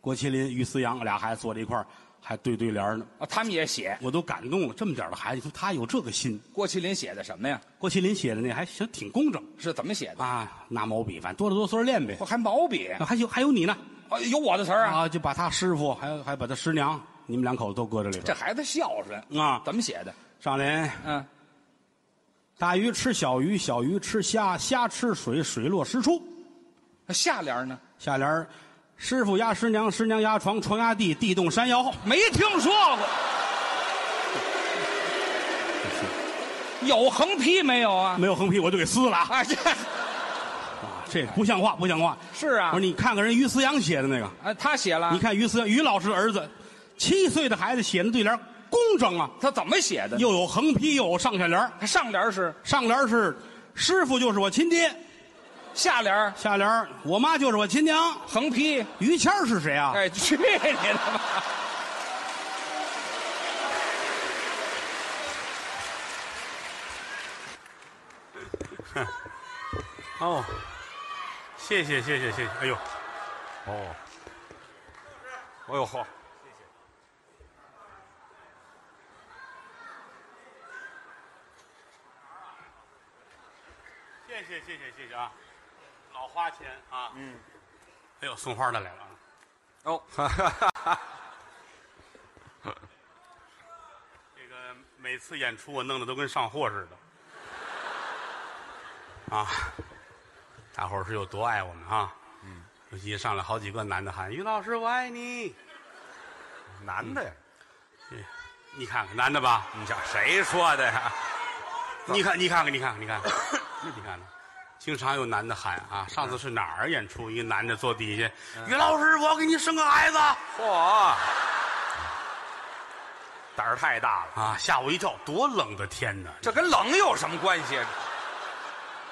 Speaker 2: 郭麒麟、于思阳俩孩子坐在一块儿，还对对联儿呢，
Speaker 3: 啊，他们也写。
Speaker 2: 我都感动了。这么点儿的孩子，你说他有这个心。
Speaker 3: 郭麒麟写的什么呀？
Speaker 2: 郭麒麟写的那还行，挺工整
Speaker 3: 是怎么写的？
Speaker 2: 啊，拿毛笔，反正哆哆嗦嗦练呗
Speaker 3: 我。还毛笔，
Speaker 2: 啊还有还有你呢
Speaker 3: 啊有我的词儿啊。
Speaker 2: 啊，就把他师傅还有还把他师娘，你们两口子都搁这里
Speaker 3: 这
Speaker 2: 边。
Speaker 3: 孩子孝顺
Speaker 2: 啊
Speaker 3: 怎么写的？
Speaker 2: 上联
Speaker 3: 嗯，
Speaker 2: 大鱼吃小鱼，小鱼吃虾，虾吃水，水落石出。
Speaker 3: 下联呢？
Speaker 2: 下联儿师傅压师娘，师娘压床，床压地，地动山摇。
Speaker 3: 没听说过。有横批没有啊？
Speaker 2: 没有横批我就给撕了啊！
Speaker 3: 啊，这
Speaker 2: 啊这不像话，不像话。
Speaker 3: 是啊
Speaker 2: 我说你看看人于思阳写的那个，
Speaker 3: 啊，他写了
Speaker 2: 你看于思阳于老师的儿子，七岁的孩子写的对联儿，工整啊，
Speaker 3: 他怎么写的？
Speaker 2: 又有横批，又有上下联儿
Speaker 3: 他上联是，
Speaker 2: 上联儿是师傅就是我亲爹，
Speaker 3: 下联儿
Speaker 2: 下联儿我妈就是我亲娘。
Speaker 3: 横批。
Speaker 2: 于谦儿是谁啊？
Speaker 3: 哎，去你的吧！
Speaker 2: 哦，谢谢谢谢谢谢，哎呦，哦，哎呦好，谢谢，谢谢谢谢谢谢啊，老花钱啊，嗯，哎呦送花的来了啊，
Speaker 3: 哦，
Speaker 2: 这个每次演出我弄得都跟上货似的，啊，大伙儿是有多爱我们啊，嗯，尤其上来好几个男的喊于老师我爱你，嗯
Speaker 4: 男的呀？
Speaker 2: 你看看男的吧，
Speaker 4: 你瞧谁说的呀？
Speaker 2: 你看，你看看，你看看，你看看，你看看，经常有男的喊啊。上次是哪儿演出？一个男的坐地下，于老师，我要给你生个孩子
Speaker 4: 嚯，胆儿太大了，
Speaker 2: 啊！吓我一跳，多冷的天呐！
Speaker 4: 这跟冷有什么关系？啊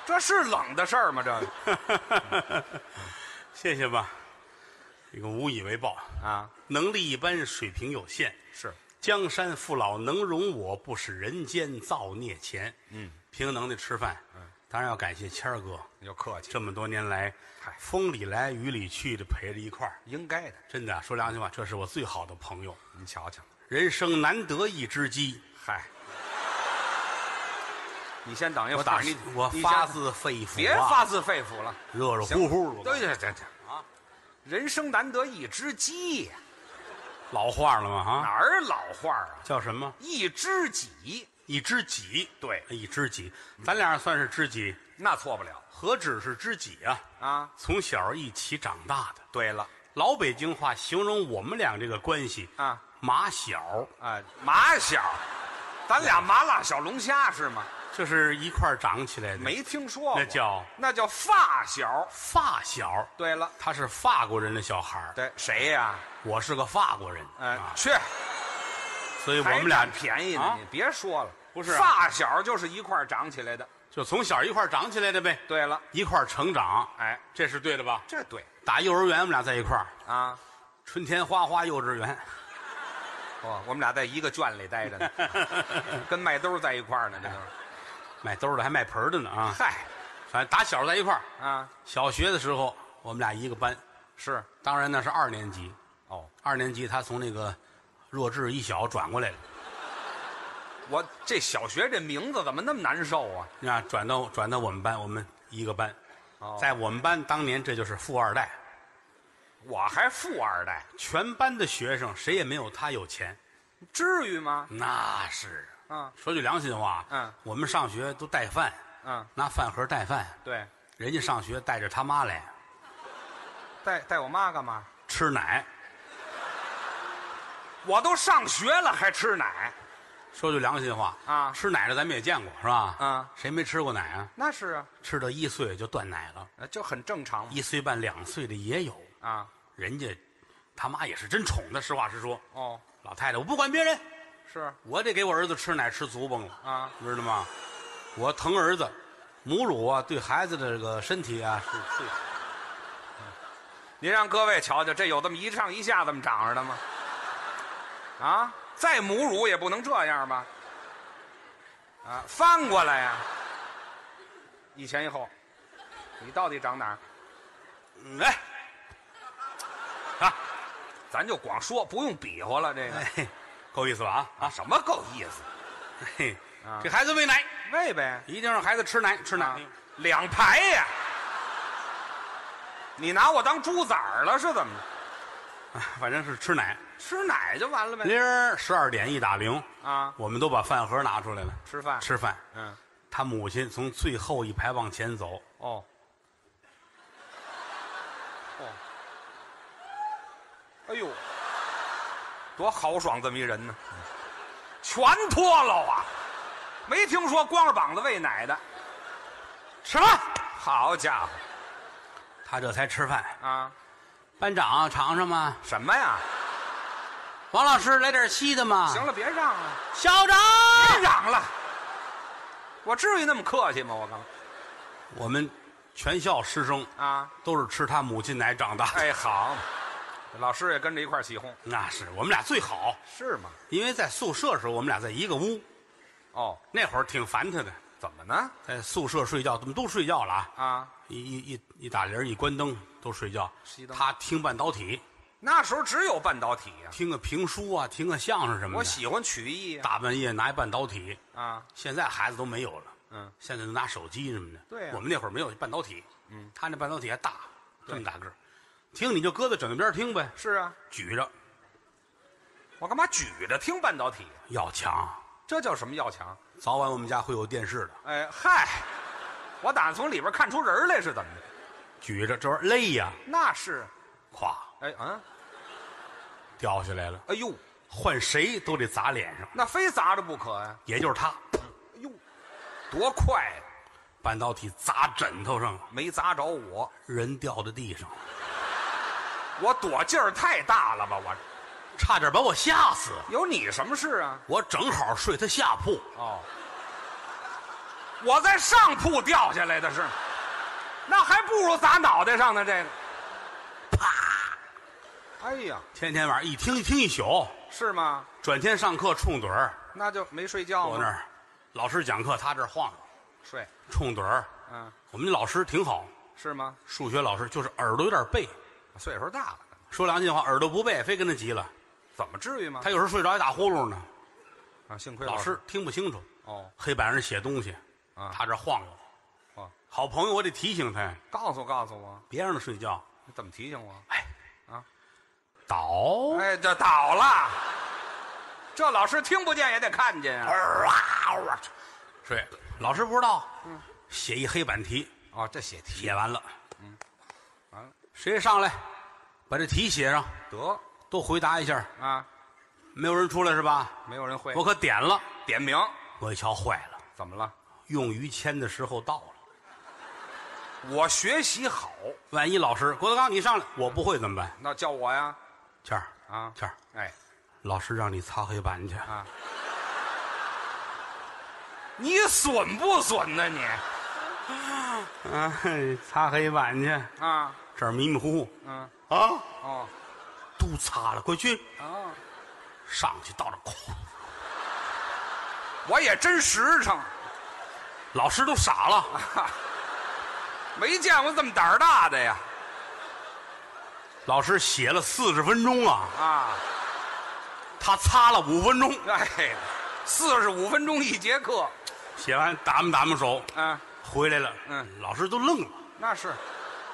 Speaker 4: 这是冷的事儿吗？这个
Speaker 2: 谢谢吧，这个无以为报，
Speaker 4: 啊，
Speaker 2: 能力一般，水平有限。
Speaker 4: 是
Speaker 2: 江山父老能容我，不使人间造孽钱。嗯，凭能耐吃饭。嗯，当然要感谢谦儿哥，
Speaker 4: 又客气，
Speaker 2: 这么多年来
Speaker 4: 嗨，
Speaker 2: 风里来雨里去的陪着一块儿。
Speaker 4: 应该的。
Speaker 2: 真的，说良心话，这是我最好的朋友。
Speaker 4: 你瞧瞧，
Speaker 2: 人生难得一知己，
Speaker 4: 嗨，你先等一会
Speaker 2: 我
Speaker 4: 儿，
Speaker 2: 打
Speaker 4: 你
Speaker 2: 我
Speaker 4: 你
Speaker 2: 发
Speaker 4: 先
Speaker 2: 自肺腑、啊，
Speaker 4: 别发自肺腑了，
Speaker 2: 热热乎乎
Speaker 4: 对
Speaker 2: 的，
Speaker 4: 对对对啊，人生难得一知己呀，
Speaker 2: 老话了嘛
Speaker 4: 哪
Speaker 2: 啊，
Speaker 4: 儿老话啊？
Speaker 2: 叫什么？
Speaker 4: 一知己，
Speaker 2: 一知己，哎
Speaker 4: 对
Speaker 2: 一知己，咱俩算是知己，
Speaker 4: 那错不了
Speaker 2: 何止是知己啊？
Speaker 4: 啊。
Speaker 2: 从小一起长大的，
Speaker 4: 对了，
Speaker 2: 老北京话形容我们俩这个关系
Speaker 4: 啊，
Speaker 2: 马小，
Speaker 4: 啊，麻小，咱俩麻辣小龙虾是吗？
Speaker 2: 这是一块儿长起来的，
Speaker 4: 没听说过，
Speaker 2: 那叫
Speaker 4: 那叫发小。
Speaker 2: 发小，
Speaker 4: 对了，
Speaker 2: 他是法国人的小孩儿
Speaker 4: 对谁呀、
Speaker 2: 我是个法国人，
Speaker 4: 哎、
Speaker 2: 啊
Speaker 4: 去，
Speaker 2: 所以我
Speaker 4: 还
Speaker 2: 们俩
Speaker 4: 占便宜呢，
Speaker 2: 啊
Speaker 4: 你别说了，
Speaker 2: 不是啊
Speaker 4: 发小就是一块儿长起来的。
Speaker 2: 就从小一块儿长起来的呗，
Speaker 4: 对了，
Speaker 2: 一块儿成长，
Speaker 4: 哎，
Speaker 2: 这是对的吧？
Speaker 4: 这对
Speaker 2: 打幼儿园我们俩在一块儿，
Speaker 4: 啊，
Speaker 2: 春天花花幼稚园，
Speaker 4: 哦，我们俩在一个圈里待着呢，跟麦兜在一块儿呢，这都是。
Speaker 2: 卖兜儿的还卖盆儿的呢啊！
Speaker 4: 嗨，
Speaker 2: 反正打小在一块儿，
Speaker 4: 啊，
Speaker 2: 小学的时候我们俩一个班，
Speaker 4: 是，
Speaker 2: 当然那是二年级，
Speaker 4: 哦，
Speaker 2: 二年级他从那个弱智一小转过来了，
Speaker 4: 我这小学这名字怎么那么难受啊？
Speaker 2: 啊，转到转到我们班，我们一个班，
Speaker 4: 哦
Speaker 2: 在我们班当年这就是富二代，
Speaker 4: 我还富二代，
Speaker 2: 全班的学生谁也没有他有钱，
Speaker 4: 至于吗？
Speaker 2: 那是。
Speaker 4: 嗯
Speaker 2: 说句良心话，
Speaker 4: 嗯，
Speaker 2: 我们上学都带饭，
Speaker 4: 嗯，
Speaker 2: 拿饭盒带饭，
Speaker 4: 对，
Speaker 2: 人家上学带着他妈来
Speaker 4: 带带我妈干嘛？
Speaker 2: 吃奶。
Speaker 4: 我都上学了还吃奶，
Speaker 2: 说句良心话
Speaker 4: 啊
Speaker 2: 吃奶的咱们也见过是吧？
Speaker 4: 嗯
Speaker 2: 谁没吃过奶啊？
Speaker 4: 那是啊，
Speaker 2: 吃到一岁就断奶了，
Speaker 4: 呃就很正常嘛
Speaker 2: 一岁半、两岁的也有。
Speaker 4: 啊。
Speaker 2: 人家他妈也是真宠的，实话实说。
Speaker 4: 哦，
Speaker 2: 老太太，我不管别人，
Speaker 4: 是
Speaker 2: 我得给我儿子吃奶吃足崩了
Speaker 4: 啊，
Speaker 2: 知道吗？我疼儿子，母乳啊，对孩子的这个身体啊是最好
Speaker 4: 您让各位瞧瞧，这有这么一上一下这么长着的吗？啊，再母乳也不能这样吧？啊，翻过来呀、一前一后，你到底长哪儿？
Speaker 2: 嗯哎，
Speaker 4: 咱就光说，不用比划了。这个、
Speaker 2: 哎， 够意思了啊啊！
Speaker 4: 什么够意思？
Speaker 2: 嘿
Speaker 4: 啊，
Speaker 2: 给孩子喂奶，
Speaker 4: 喂呗，
Speaker 2: 一定让孩子吃奶，吃
Speaker 4: 啊
Speaker 2: 奶。
Speaker 4: 两排呀、你拿我当猪崽儿了是怎么着？
Speaker 2: 反正是吃奶。
Speaker 4: 吃奶就完了呗。
Speaker 2: 铃儿十二点一打铃，
Speaker 4: 啊，
Speaker 2: 我们都把饭盒拿出来了，
Speaker 4: 吃饭。
Speaker 2: 吃饭。
Speaker 4: 嗯，
Speaker 2: 他母亲从最后一排往前走，
Speaker 4: 哦，哦，哎呦，多豪爽这么一人呢，全脱了啊！没听说光着膀子喂奶的，
Speaker 2: 吃饭，
Speaker 4: 好家伙
Speaker 2: 他这才吃饭。
Speaker 4: 啊！
Speaker 2: 班长尝尝吗？
Speaker 4: 什么呀？
Speaker 2: 王老师来点稀的嘛。
Speaker 4: 行，了，别让了，
Speaker 2: 校长，
Speaker 4: 别嚷了。我至于那么客气吗？我刚
Speaker 2: 我们全校师生
Speaker 4: 啊，
Speaker 2: 都是吃他母亲奶长大的，
Speaker 4: 哎，好，老师也跟着一块儿起哄，
Speaker 2: 那是我们俩最好，
Speaker 4: 是吗？
Speaker 2: 因为在宿舍的时候我们俩在一个屋，
Speaker 4: 哦，
Speaker 2: 那会儿挺烦他的，
Speaker 4: 怎么呢？
Speaker 2: 在宿舍睡觉，怎么都睡觉了啊？
Speaker 4: 啊，
Speaker 2: 一一一一打铃儿一关灯都睡觉
Speaker 4: 熄，灯
Speaker 2: 他听半导体，
Speaker 4: 那时候只有半导体呀、
Speaker 2: 听个评书啊，听个相声什么
Speaker 4: 我
Speaker 2: 的，
Speaker 4: 喜欢曲艺呀、
Speaker 2: 大半夜拿一半导体，
Speaker 4: 啊，
Speaker 2: 现在孩子都没有了，
Speaker 4: 嗯，
Speaker 2: 现在都拿手机什么的。
Speaker 4: 对呀啊
Speaker 2: 我们那会儿没有半导体，嗯，他那半导体还大，这么大个儿，听你就搁在枕头边儿听呗，
Speaker 4: 是啊，
Speaker 2: 举着
Speaker 4: 我干嘛举着听半导体？
Speaker 2: 要强，
Speaker 4: 这叫什么要强？
Speaker 2: 早晚我们家会有电视的，
Speaker 4: 哎嗨，我打算从里边看出人儿来是怎么的？
Speaker 2: 举着这玩意儿累呀，
Speaker 4: 那是，
Speaker 2: 咵
Speaker 4: 哎嗯，
Speaker 2: 掉下来了，
Speaker 4: 哎呦，
Speaker 2: 换谁都得砸脸上，
Speaker 4: 那非砸着不可呀、
Speaker 2: 也就是他，
Speaker 4: 哎呦，多快呀、
Speaker 2: 半导体砸枕头上，
Speaker 4: 没砸着我，
Speaker 2: 人掉在地上，
Speaker 4: 我躲劲儿太大了吧？我
Speaker 2: 差点把我吓死。
Speaker 4: 有你什么事啊？
Speaker 2: 我正好睡他下铺，
Speaker 4: 哦，我在上铺掉下来的是，那还不如砸脑袋上呢。这个，啪！哎呀，
Speaker 2: 天天晚上一听一听一宿，
Speaker 4: 是吗？
Speaker 2: 转天上课冲盹儿，
Speaker 4: 那就没睡觉
Speaker 2: 我那儿老师讲课，他这儿晃悠。
Speaker 4: 睡，
Speaker 2: 冲盹儿。
Speaker 4: 嗯，
Speaker 2: 我们老师挺好，
Speaker 4: 是吗？
Speaker 2: 数学老师就是耳朵有点背，
Speaker 4: 岁数大了，
Speaker 2: 说良心话，耳朵不背，非跟他急了。
Speaker 4: 怎么至于吗
Speaker 2: 他？有时候睡着还打呼噜呢，
Speaker 4: 啊，幸亏
Speaker 2: 老
Speaker 4: 师
Speaker 2: 师听不清楚，
Speaker 4: 哦，
Speaker 2: 黑板上写东西，
Speaker 4: 啊
Speaker 2: 他这晃悠。
Speaker 4: 哦
Speaker 2: 好朋友，我得提醒他，
Speaker 4: 告诉告诉我，
Speaker 2: 别让他睡觉。
Speaker 4: 你怎么提醒我？
Speaker 2: 哎，
Speaker 4: 啊，
Speaker 2: 倒，
Speaker 4: 哎，这倒了，这老师听不见也得看见啊。
Speaker 2: 儿啊嗷啊 睡。老师不知道，
Speaker 4: 嗯
Speaker 2: 写一黑板题，
Speaker 4: 哦，这写题
Speaker 2: 写完了，
Speaker 4: 嗯
Speaker 2: 嗯
Speaker 4: 完了
Speaker 2: 谁上来把这题写上，
Speaker 4: 得
Speaker 2: 都回答一下。
Speaker 4: 啊，
Speaker 2: 没有人出来是吧？
Speaker 4: 没有人会
Speaker 2: 我可点了，
Speaker 4: 点名，
Speaker 2: 我一瞧坏了。
Speaker 4: 怎么了？
Speaker 2: 用于谦的时候到了。
Speaker 4: 我学习好，
Speaker 2: 万一老师郭德纲你上来，我不会怎么办？
Speaker 4: 那叫我呀
Speaker 2: 谦儿，
Speaker 4: 啊！
Speaker 2: 谦儿，
Speaker 4: 哎，
Speaker 2: 老师让你擦黑板去。
Speaker 4: 你损不损呢你？
Speaker 2: 啊， 擦黑板去，
Speaker 4: 啊，
Speaker 2: 这儿迷迷糊糊
Speaker 4: 嗯，
Speaker 2: 啊，
Speaker 4: 哦，
Speaker 2: 都擦了，快去
Speaker 4: 哦，
Speaker 2: 上去到这儿，哐，
Speaker 4: 我也真实诚，
Speaker 2: 老师都傻了。
Speaker 4: 没见过这么胆儿大的呀！
Speaker 2: 老师写了四十分钟啊，
Speaker 4: 啊，
Speaker 2: 他擦了五分钟，
Speaker 4: 哎，四十五分钟一节课，
Speaker 2: 写完打磨打磨手，
Speaker 4: 啊，
Speaker 2: 回来了。
Speaker 4: 嗯，
Speaker 2: 老师都愣了。
Speaker 4: 那是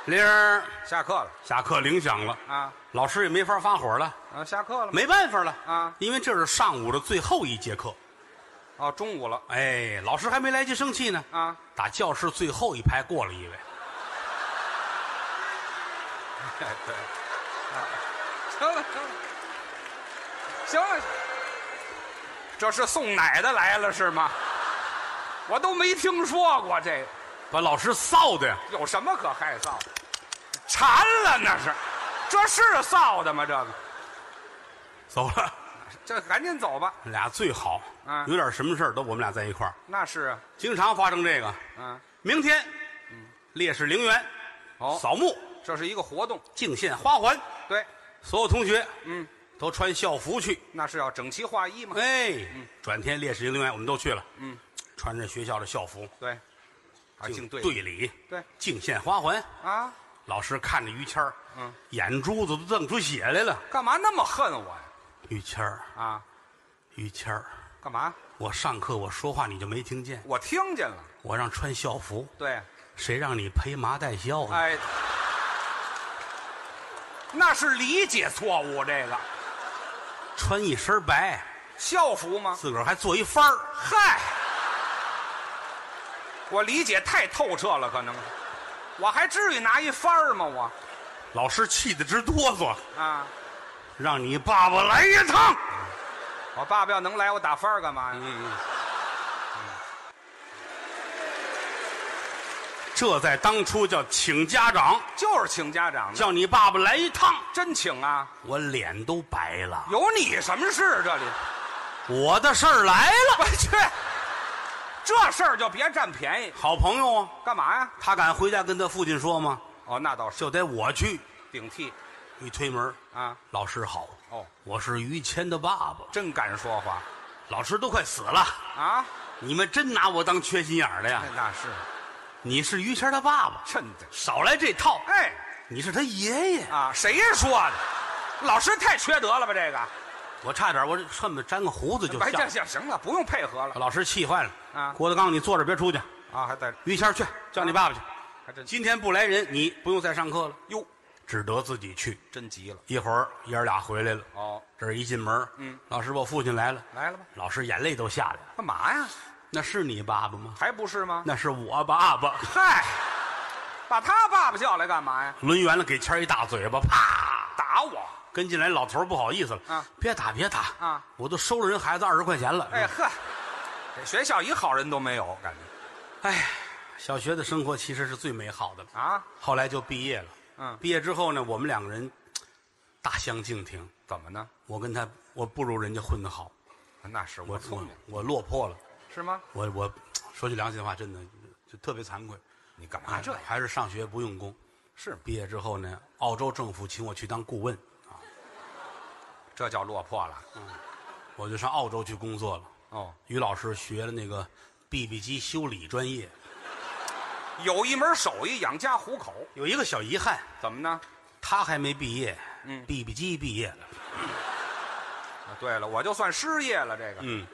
Speaker 2: 铃儿，
Speaker 4: 下课了
Speaker 2: 下课铃响了，
Speaker 4: 啊
Speaker 2: 老师也没法发火了，
Speaker 4: 啊，下课了吗？
Speaker 2: 没办法了
Speaker 4: 啊
Speaker 2: 因为这是上午的最后一节课。
Speaker 4: 哦，中午了
Speaker 2: 哎，老师还没来及生气呢，
Speaker 4: 啊，
Speaker 2: 打教室最后一排过了一位，
Speaker 4: 哎对，行了行了行了，这是送奶的来了是吗？我都没听说过这个。
Speaker 2: 把老师臊的呀！
Speaker 4: 有什么可害臊的？馋了那是，这是臊的吗？这个，
Speaker 2: 走了。
Speaker 4: 这赶紧走吧。
Speaker 2: 俩最好，
Speaker 4: 啊
Speaker 2: 有点什么事儿都我们俩在一块儿，
Speaker 4: 那是啊，
Speaker 2: 经常发生这个。
Speaker 4: 嗯，
Speaker 2: 明天，烈士陵园，
Speaker 4: 哦
Speaker 2: 扫墓，
Speaker 4: 这是一个活动，
Speaker 2: 敬献花环，
Speaker 4: 对，
Speaker 2: 所有同学，
Speaker 4: 嗯，
Speaker 2: 都穿校服去。
Speaker 4: 那是要整齐划一嘛。
Speaker 2: 哎，转天烈士陵园我们都去了，
Speaker 4: 嗯，
Speaker 2: 穿着学校的校服，
Speaker 4: 对，啊，敬队
Speaker 2: 队礼，
Speaker 4: 对
Speaker 2: 敬献花环。
Speaker 4: 啊，
Speaker 2: 老师看着于谦儿，
Speaker 4: 嗯，
Speaker 2: 眼珠子都瞪出血来了。
Speaker 4: 干嘛那么恨我呀？
Speaker 2: 于谦儿，
Speaker 4: 啊，
Speaker 2: 于谦儿。
Speaker 4: 干嘛？
Speaker 2: 我上课我说话你就没听见，
Speaker 4: 我听见了。
Speaker 2: 我让穿校服，
Speaker 4: 对，
Speaker 2: 谁让你披麻戴孝啊呢？
Speaker 4: 哎，那是理解错误。这个
Speaker 2: 穿一身白，
Speaker 4: 校服吗？
Speaker 2: 自个儿还做一幡儿，
Speaker 4: 嗨，我理解太透彻了，可能，我还至于拿一番儿吗？我
Speaker 2: 老师气得直哆嗦，
Speaker 4: 啊，
Speaker 2: 让你爸爸来一趟。
Speaker 4: 我爸爸要能来，我打番嗯儿干嘛呀？
Speaker 2: 嗯嗯，这在当初叫请家长，
Speaker 4: 就是请家长的，
Speaker 2: 叫你爸爸来一趟，
Speaker 4: 真请啊！
Speaker 2: 我脸都白了。
Speaker 4: 有你什么事？这里，
Speaker 2: 我的事儿来了，
Speaker 4: 我去，这事儿就别占便宜，
Speaker 2: 好朋友啊，
Speaker 4: 干嘛呀？
Speaker 2: 他敢回家跟他父亲说吗？
Speaker 4: 哦，那倒是
Speaker 2: 就得我去。
Speaker 4: 顶替
Speaker 2: 一推门，
Speaker 4: 啊！
Speaker 2: 老师好，
Speaker 4: 哦，
Speaker 2: 我是于谦的爸爸。
Speaker 4: 真敢说话
Speaker 2: 老师都快死了，
Speaker 4: 啊！
Speaker 2: 你们真拿我当缺心眼儿的呀
Speaker 4: 那？那是
Speaker 2: 你是于谦他爸爸，
Speaker 4: 真的，
Speaker 2: 少来这套。
Speaker 4: 哎
Speaker 2: 你是他爷爷，
Speaker 4: 啊！谁说的？老师太缺德了吧？这个，
Speaker 2: 我差点我这恨不得粘个胡 子就
Speaker 4: 哎
Speaker 2: 下
Speaker 4: 行。行行了，不用配合了
Speaker 2: 老师气坏了
Speaker 4: 啊
Speaker 2: 郭德纲，你坐着别出去，
Speaker 4: 啊！还在
Speaker 2: 于谦去叫你爸爸去。
Speaker 4: 还真
Speaker 2: 今天不来人，你不用再上课了，
Speaker 4: 哟，
Speaker 2: 只得自己去。
Speaker 4: 真急了
Speaker 2: 一会儿爷儿俩回来了，
Speaker 4: 哦！
Speaker 2: 这儿一进门，嗯，老师，我父亲来了，
Speaker 4: 来了吧？
Speaker 2: 老师眼泪都下来了。
Speaker 4: 干嘛呀？
Speaker 2: 那是你爸爸吗？
Speaker 4: 还不是吗？
Speaker 2: 那是我爸爸。
Speaker 4: 嗨，把他爸爸叫来干嘛呀？
Speaker 2: 抡圆了给谦儿一大嘴巴，啪！
Speaker 4: 打我！
Speaker 2: 跟进来老头儿不好意思了，
Speaker 4: 啊，
Speaker 2: 别打别打
Speaker 4: 啊！
Speaker 2: 我都收了人孩子二十块钱了。
Speaker 4: 哎呵，这学校一好人都没有，感觉
Speaker 2: 哎，小学的生活其实是最美好的了。
Speaker 4: 啊？
Speaker 2: 后来就毕业了，
Speaker 4: 嗯
Speaker 2: 毕业之后呢，我们两个人大相径庭。
Speaker 4: 怎么呢？
Speaker 2: 我跟他，我不如人家混得好，
Speaker 4: 那是
Speaker 2: 我
Speaker 4: 我聪
Speaker 2: 我
Speaker 4: 明，
Speaker 2: 我落魄了，
Speaker 4: 是吗？
Speaker 2: 我我说句良心话，真的就特别惭愧。啊
Speaker 4: 你干嘛啊这样？
Speaker 2: 还是上学不用功，
Speaker 4: 是吗？
Speaker 2: 毕业之后呢，澳洲政府请我去当顾问，
Speaker 4: 这叫落魄了。
Speaker 2: 我就上澳洲去工作了。
Speaker 4: 哦，
Speaker 2: 于老师学了那个 BB 机修理专业，
Speaker 4: 有一门手艺养家糊口，
Speaker 2: 有一个小遗憾，
Speaker 4: 怎么呢？
Speaker 2: 他还没毕业，嗯，BB 机毕业了。
Speaker 4: 啊对了，我就算失业了。这个，
Speaker 2: 嗯，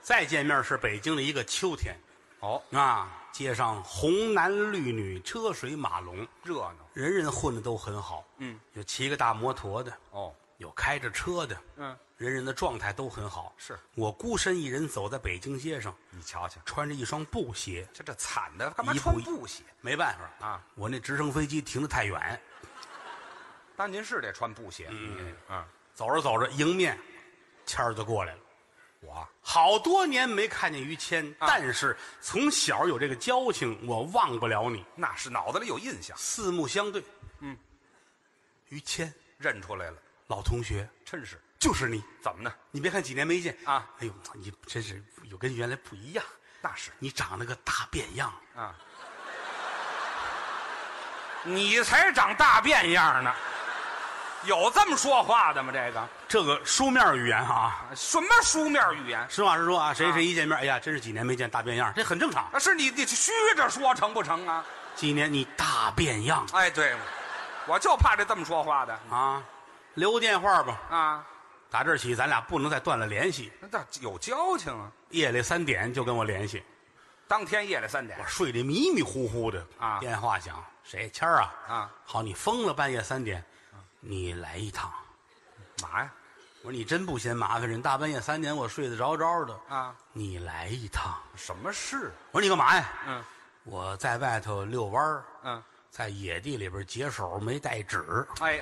Speaker 2: 再见面是北京的一个秋天
Speaker 4: 哦，
Speaker 2: 啊，街上红男绿女，车水马龙，
Speaker 4: 热闹。
Speaker 2: 人人混的都很好。
Speaker 4: 嗯，
Speaker 2: 有骑个大摩托的，
Speaker 4: 哦，
Speaker 2: 有开着车的，
Speaker 4: 嗯，
Speaker 2: 人人的状态都很好。
Speaker 4: 是
Speaker 2: 我孤身一人走在北京街上，
Speaker 4: 你瞧瞧，
Speaker 2: 穿着一双布鞋，
Speaker 4: 这这惨的，干嘛
Speaker 2: 一
Speaker 4: 穿
Speaker 2: 步一
Speaker 4: 布鞋？
Speaker 2: 没办法
Speaker 4: 啊，
Speaker 2: 我那直升飞机停得太远，
Speaker 4: 当您是得穿布鞋。嗯嗯，
Speaker 2: 走着走着，迎面谦儿就过来了。
Speaker 4: 我
Speaker 2: 好多年没看见于谦，
Speaker 4: 啊
Speaker 2: 但是从小有这个交情，我忘不了你。
Speaker 4: 那是脑子里有印象，
Speaker 2: 四目相对，
Speaker 4: 嗯，
Speaker 2: 于谦
Speaker 4: 认出来了，
Speaker 2: 老同学
Speaker 4: 真是。
Speaker 2: 就是你。
Speaker 4: 怎么呢？
Speaker 2: 你别看几年没见
Speaker 4: 啊，
Speaker 2: 哎呦，你真是有跟原来不一样，
Speaker 4: 那是
Speaker 2: 你长了个大变样。
Speaker 4: 啊，你才长大变样呢，有这么说话的吗？这个
Speaker 2: 这个书面语言啊，
Speaker 4: 什么书面语言？
Speaker 2: 实话实说啊，谁
Speaker 4: 啊
Speaker 2: 谁一见面，哎呀，真是几年没见大变样，这很正常。
Speaker 4: 啊，是你你虚着说成不成啊？
Speaker 2: 几年你大变样
Speaker 4: 哎，对，我就怕这这么说话的
Speaker 2: 啊，留个电话吧。
Speaker 4: 啊，
Speaker 2: 打这儿起，咱俩不能再断了联系。
Speaker 4: 那倒有交情啊。
Speaker 2: 夜里三点就跟我联系，
Speaker 4: 当天夜里三点
Speaker 2: 我睡得迷迷糊糊的
Speaker 4: 啊
Speaker 2: 电话响，谁？谦儿啊？
Speaker 4: 啊，
Speaker 2: 好，你疯了，半夜三点，你来一趟。
Speaker 4: 嘛呀？
Speaker 2: 我说你真不嫌麻烦人，大半夜三点我睡得着着的
Speaker 4: 啊，
Speaker 2: 你来一趟。
Speaker 4: 什么事？
Speaker 2: 我说你干嘛呀？
Speaker 4: 嗯
Speaker 2: 我在外头遛弯儿，
Speaker 4: 嗯，
Speaker 2: 在野地里边解手没带纸，
Speaker 4: 哎，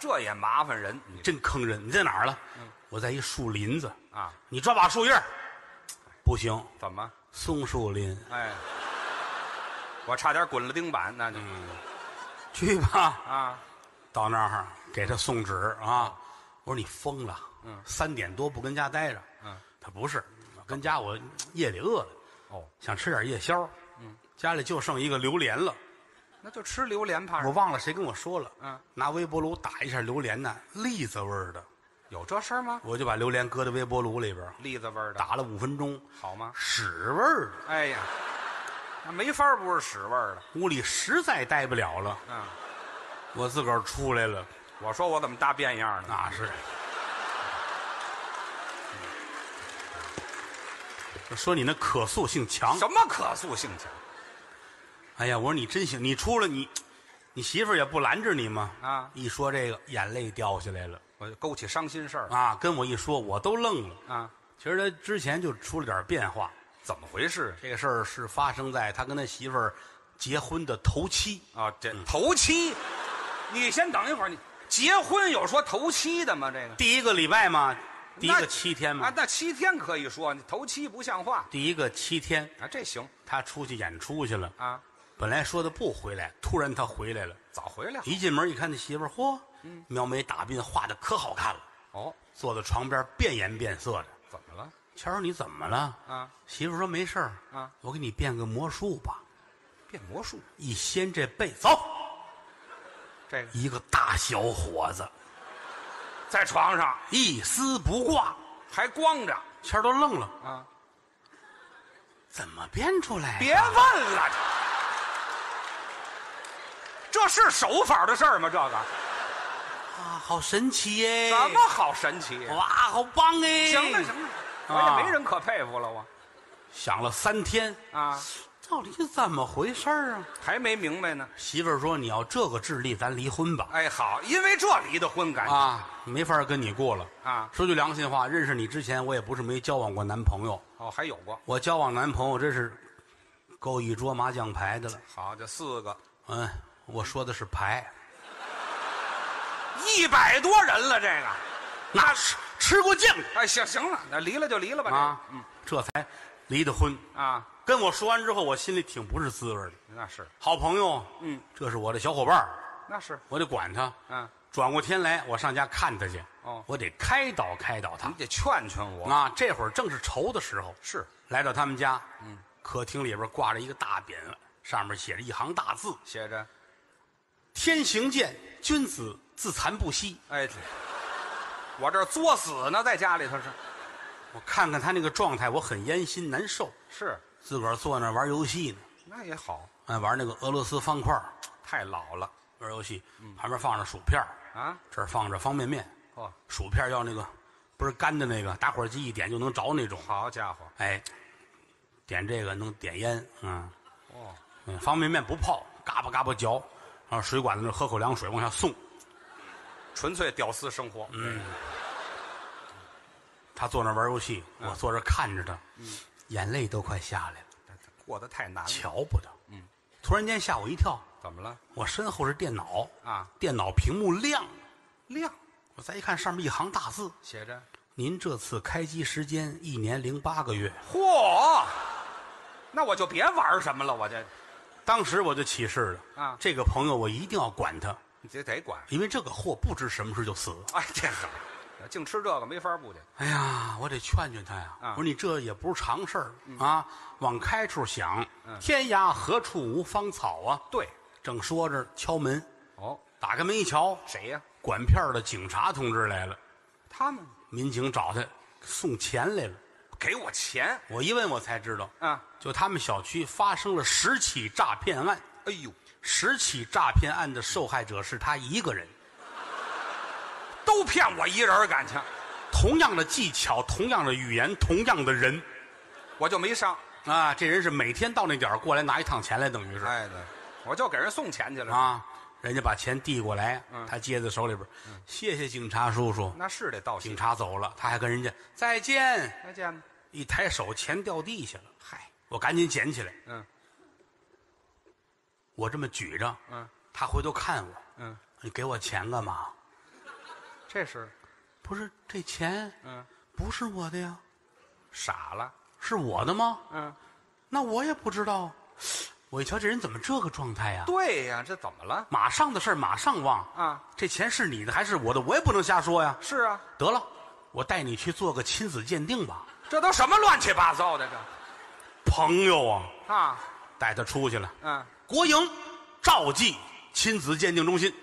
Speaker 4: 这也麻烦人。你
Speaker 2: 真坑人。你在哪儿了？
Speaker 4: 嗯
Speaker 2: 我在一树林子。
Speaker 4: 啊，
Speaker 2: 你抓把树叶儿，不行，
Speaker 4: 怎么？
Speaker 2: 松树林，
Speaker 4: 哎，我差点滚了钉板，那就
Speaker 2: 去吧。
Speaker 4: 啊，
Speaker 2: 到那儿给他送纸啊！我说你疯了，嗯，三点多不跟家待着，
Speaker 4: 嗯，
Speaker 2: 他不是，跟家我夜里饿了，
Speaker 4: 哦，
Speaker 2: 想吃点夜宵，嗯，家里就剩一个榴莲了，
Speaker 4: 那就吃榴莲怕
Speaker 2: 我
Speaker 4: 什么？
Speaker 2: 忘了谁跟我说了，
Speaker 4: 嗯，
Speaker 2: 拿微波炉打一下榴莲呢，栗子味儿的，
Speaker 4: 有这事儿吗？
Speaker 2: 我就把榴莲搁在微波炉里边儿
Speaker 4: 栗子味儿的，
Speaker 2: 打了五分钟，
Speaker 4: 好吗？
Speaker 2: 屎味儿的，
Speaker 4: 哎呀，那没法不是屎味儿的。
Speaker 2: 屋里实在待不了了，
Speaker 4: 嗯，
Speaker 2: 我自个儿出来了，
Speaker 4: 我说我怎么大变样呢？
Speaker 2: 那是。说你那可塑性强，
Speaker 4: 什么可塑性强
Speaker 2: 哎呀，我说你真行，你出来你，你媳妇儿也不拦着你吗？
Speaker 4: 啊
Speaker 2: 一说这个眼泪掉下来了
Speaker 4: 我就勾起伤心事儿了
Speaker 2: 啊！跟我一说，我都愣了。
Speaker 4: 啊？
Speaker 2: 其实他之前就出了点变化，
Speaker 4: 怎么回事
Speaker 2: 这个事儿是发生在他跟他媳妇儿结婚的头七。
Speaker 4: 啊？这头七，你先等一会儿，你结婚有说头七的吗？这个
Speaker 2: 第一个礼拜嘛，第一
Speaker 4: 那
Speaker 2: 个七天
Speaker 4: 啊
Speaker 2: 嘛，，
Speaker 4: 那七天可以说你头七不像话
Speaker 2: 第一个七天，
Speaker 4: 啊，这行
Speaker 2: 他出去演出去了，
Speaker 4: 啊，
Speaker 2: 本来说的不回来，突然他回来了，
Speaker 4: 早回来好
Speaker 2: 一进门一看，那媳妇儿，嚯，描眉打鬓，画的可好看了，
Speaker 4: 哦，
Speaker 2: 坐在床边变颜变色的。
Speaker 4: 怎么了？
Speaker 2: 谦儿，你怎么了？
Speaker 4: 啊，
Speaker 2: 媳妇儿说没事儿
Speaker 4: 啊，
Speaker 2: 我给你变个魔术吧，
Speaker 4: 变魔术
Speaker 2: 一掀这被，走，
Speaker 4: 这个
Speaker 2: 一个大小伙子，
Speaker 4: 在床上
Speaker 2: 一丝不挂，
Speaker 4: 还光着
Speaker 2: 谦儿都愣了，
Speaker 4: 啊，
Speaker 2: 怎么变出来、
Speaker 4: 别问，了，这是手法的事儿吗？这
Speaker 2: 哎
Speaker 4: 个
Speaker 2: 啊，好神奇耶！
Speaker 4: 怎么好神奇呀？
Speaker 2: 哇，好棒哎！
Speaker 4: 行了行了，
Speaker 2: 啊
Speaker 4: 我也没人可佩服了，我
Speaker 2: 想了三天，
Speaker 4: 啊，
Speaker 2: 到底怎么回事儿啊？
Speaker 4: 还没明白呢。
Speaker 2: 媳妇儿说：“你要这个智力，咱离婚吧。
Speaker 4: 哎，好，因为这离的婚，”感觉
Speaker 2: 啊，没法跟你过了
Speaker 4: 啊
Speaker 2: 说句良心话，认识你之前，我也不是没交往过男朋友。
Speaker 4: 哦，还有过
Speaker 2: 我交往男朋友真是够一桌麻将牌的了。
Speaker 4: 好，这四个
Speaker 2: 嗯，我说的是牌，
Speaker 4: 一百多人了，这个
Speaker 2: 那是吃过酱
Speaker 4: 哎，行行了，那离了就离了吧。
Speaker 2: 啊
Speaker 4: 这个嗯，
Speaker 2: 这才离的婚。
Speaker 4: 啊，
Speaker 2: 跟我说完之后，我心里挺不是滋味的。
Speaker 4: 那是
Speaker 2: 好朋友，
Speaker 4: 嗯，
Speaker 2: 这是我的小伙伴儿
Speaker 4: 那是，
Speaker 2: 我得管他。
Speaker 4: 嗯，
Speaker 2: 转过天来，我上家看他去。
Speaker 4: 哦
Speaker 2: 我得开导开导他
Speaker 4: 你。得劝劝我。
Speaker 2: 啊，这会儿正是愁的时候。
Speaker 4: 是
Speaker 2: 来到他们家，嗯，客厅里边挂着一个大匾，上面写着一行大字
Speaker 4: 写着，：“
Speaker 2: 天行健，君子自残不息。
Speaker 4: 哎，这我这儿作死呢，在家里头是”
Speaker 2: 我看看他那个状态，我很烟心难受。
Speaker 4: 是，
Speaker 2: 自个儿坐那儿玩游戏呢，
Speaker 4: 那也好，
Speaker 2: 哎，玩那个俄罗斯方块儿，
Speaker 4: 太老了
Speaker 2: 玩游戏，旁边放着薯片儿
Speaker 4: 啊。
Speaker 2: 这儿放着方便面，
Speaker 4: 哦，
Speaker 2: 薯片儿要那个不是干的那个，打火机一点就能着那种。
Speaker 4: 好家伙，
Speaker 2: 哎，点这个能点烟，嗯，
Speaker 4: 哦，
Speaker 2: 嗯方便面不泡，嘎巴嘎巴嚼，然后水管子那儿喝口凉水往下送。
Speaker 4: 纯粹屌丝生活。嗯，
Speaker 2: 他坐那儿玩游戏，
Speaker 4: 嗯
Speaker 2: 我坐这儿看着他，眼泪都快下来了，
Speaker 4: 哎过得太难了。
Speaker 2: 瞧不得。
Speaker 4: 嗯
Speaker 2: 突然间吓我一跳，
Speaker 4: 怎么了？
Speaker 2: 我身后是电脑
Speaker 4: 啊，
Speaker 2: 电脑屏幕亮了，
Speaker 4: 亮
Speaker 2: 我再一看上面一行大字
Speaker 4: 写着，：“
Speaker 2: 您这次开机时间一年零八个月。
Speaker 4: 嚯，那我就别玩什么了，我这”
Speaker 2: 当时我就起誓了
Speaker 4: 啊
Speaker 2: 这个朋友我一定要管他，
Speaker 4: 你这得管。
Speaker 2: 因为这个货不知什么时候就死。
Speaker 4: 哎，这好，净吃这个没法不去。
Speaker 2: 哎呀，我得劝劝他呀！
Speaker 4: 啊
Speaker 2: 我说你这也不是常事儿、啊，往开处想，天涯何处无芳草啊！
Speaker 4: 对，
Speaker 2: 正说着，敲门，
Speaker 4: 哦，
Speaker 2: 打开门一瞧，
Speaker 4: 谁呀、
Speaker 2: 管片儿的警察同志来了，
Speaker 4: 他们
Speaker 2: 民警找他送钱来了。
Speaker 4: 给我钱
Speaker 2: 我一问，我才知道，
Speaker 4: 啊！
Speaker 2: 就他们小区发生了十起诈骗案，
Speaker 4: 哎呦，
Speaker 2: 十起诈骗案的受害者是他一个人。
Speaker 4: 都骗我一人儿感情，
Speaker 2: 同样的技巧，同样的语言，同样的人
Speaker 4: 我就没上。
Speaker 2: 啊，这人是每天到那点儿过来拿一趟钱来，等于是。
Speaker 4: 哎对，我就给人送钱去了。
Speaker 2: 啊，人家把钱递过来，他接在手里边，谢谢警察叔叔。
Speaker 4: 嗯那是得道谢
Speaker 2: 警。察走了，他还跟人家再见，
Speaker 4: 再见吧。
Speaker 2: 一抬手钱掉地下了，
Speaker 4: 嗨，
Speaker 2: 我赶紧捡起来，
Speaker 4: 嗯
Speaker 2: 我这么举着，
Speaker 4: 嗯
Speaker 2: 他回头看我，
Speaker 4: 嗯，
Speaker 2: 你给我钱干嘛？
Speaker 4: 这是
Speaker 2: 不是这钱
Speaker 4: 嗯
Speaker 2: 不是我的呀，
Speaker 4: 傻了。
Speaker 2: 是我的吗？
Speaker 4: 嗯，
Speaker 2: 那我也不知道。 我一瞧这人怎么这个状态呀、
Speaker 4: 对呀，这怎么了？
Speaker 2: 马上的事儿马上忘
Speaker 4: 啊！
Speaker 2: 这钱是你的还是我的？我也不能瞎说呀。
Speaker 4: 是啊，
Speaker 2: 得了，我带你去做个亲子鉴定吧。
Speaker 4: 这都什么乱七八糟的这
Speaker 2: 朋友啊，
Speaker 4: 啊？
Speaker 2: 带他出去了。
Speaker 4: 嗯，
Speaker 2: 国营赵记亲子鉴定中心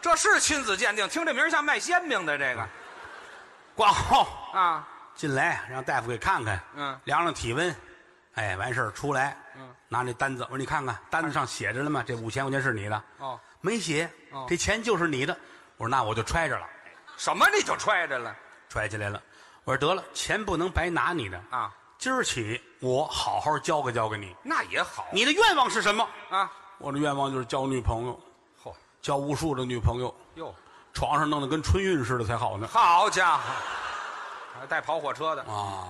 Speaker 4: 这是亲子鉴定，听这名儿像卖煎饼的这个
Speaker 2: 挂号
Speaker 4: 啊。
Speaker 2: 进来，让大夫给看看，
Speaker 4: 嗯
Speaker 2: 量量体温，哎，完事儿出来，
Speaker 4: 嗯，
Speaker 2: 拿那单子，我说你看看单子上写着了吗？这五千块钱是你的？
Speaker 4: 哦，
Speaker 2: 没写
Speaker 4: 哦，
Speaker 2: 这钱就是你的。我说那我就揣着了，
Speaker 4: 什么你就揣着了
Speaker 2: 揣起来了。我说得了，钱不能白拿你的，
Speaker 4: 啊？
Speaker 2: 今儿起我好好教给教给你。
Speaker 4: 那也好
Speaker 2: 你的愿望是什么？
Speaker 4: 啊。
Speaker 2: 我的愿望就是交女朋友，
Speaker 4: 嚯
Speaker 2: 交无数的女朋友，
Speaker 4: 哟，
Speaker 2: 床上弄得跟春运似的才好呢。
Speaker 4: 好家伙，还带跑火车的，
Speaker 2: 啊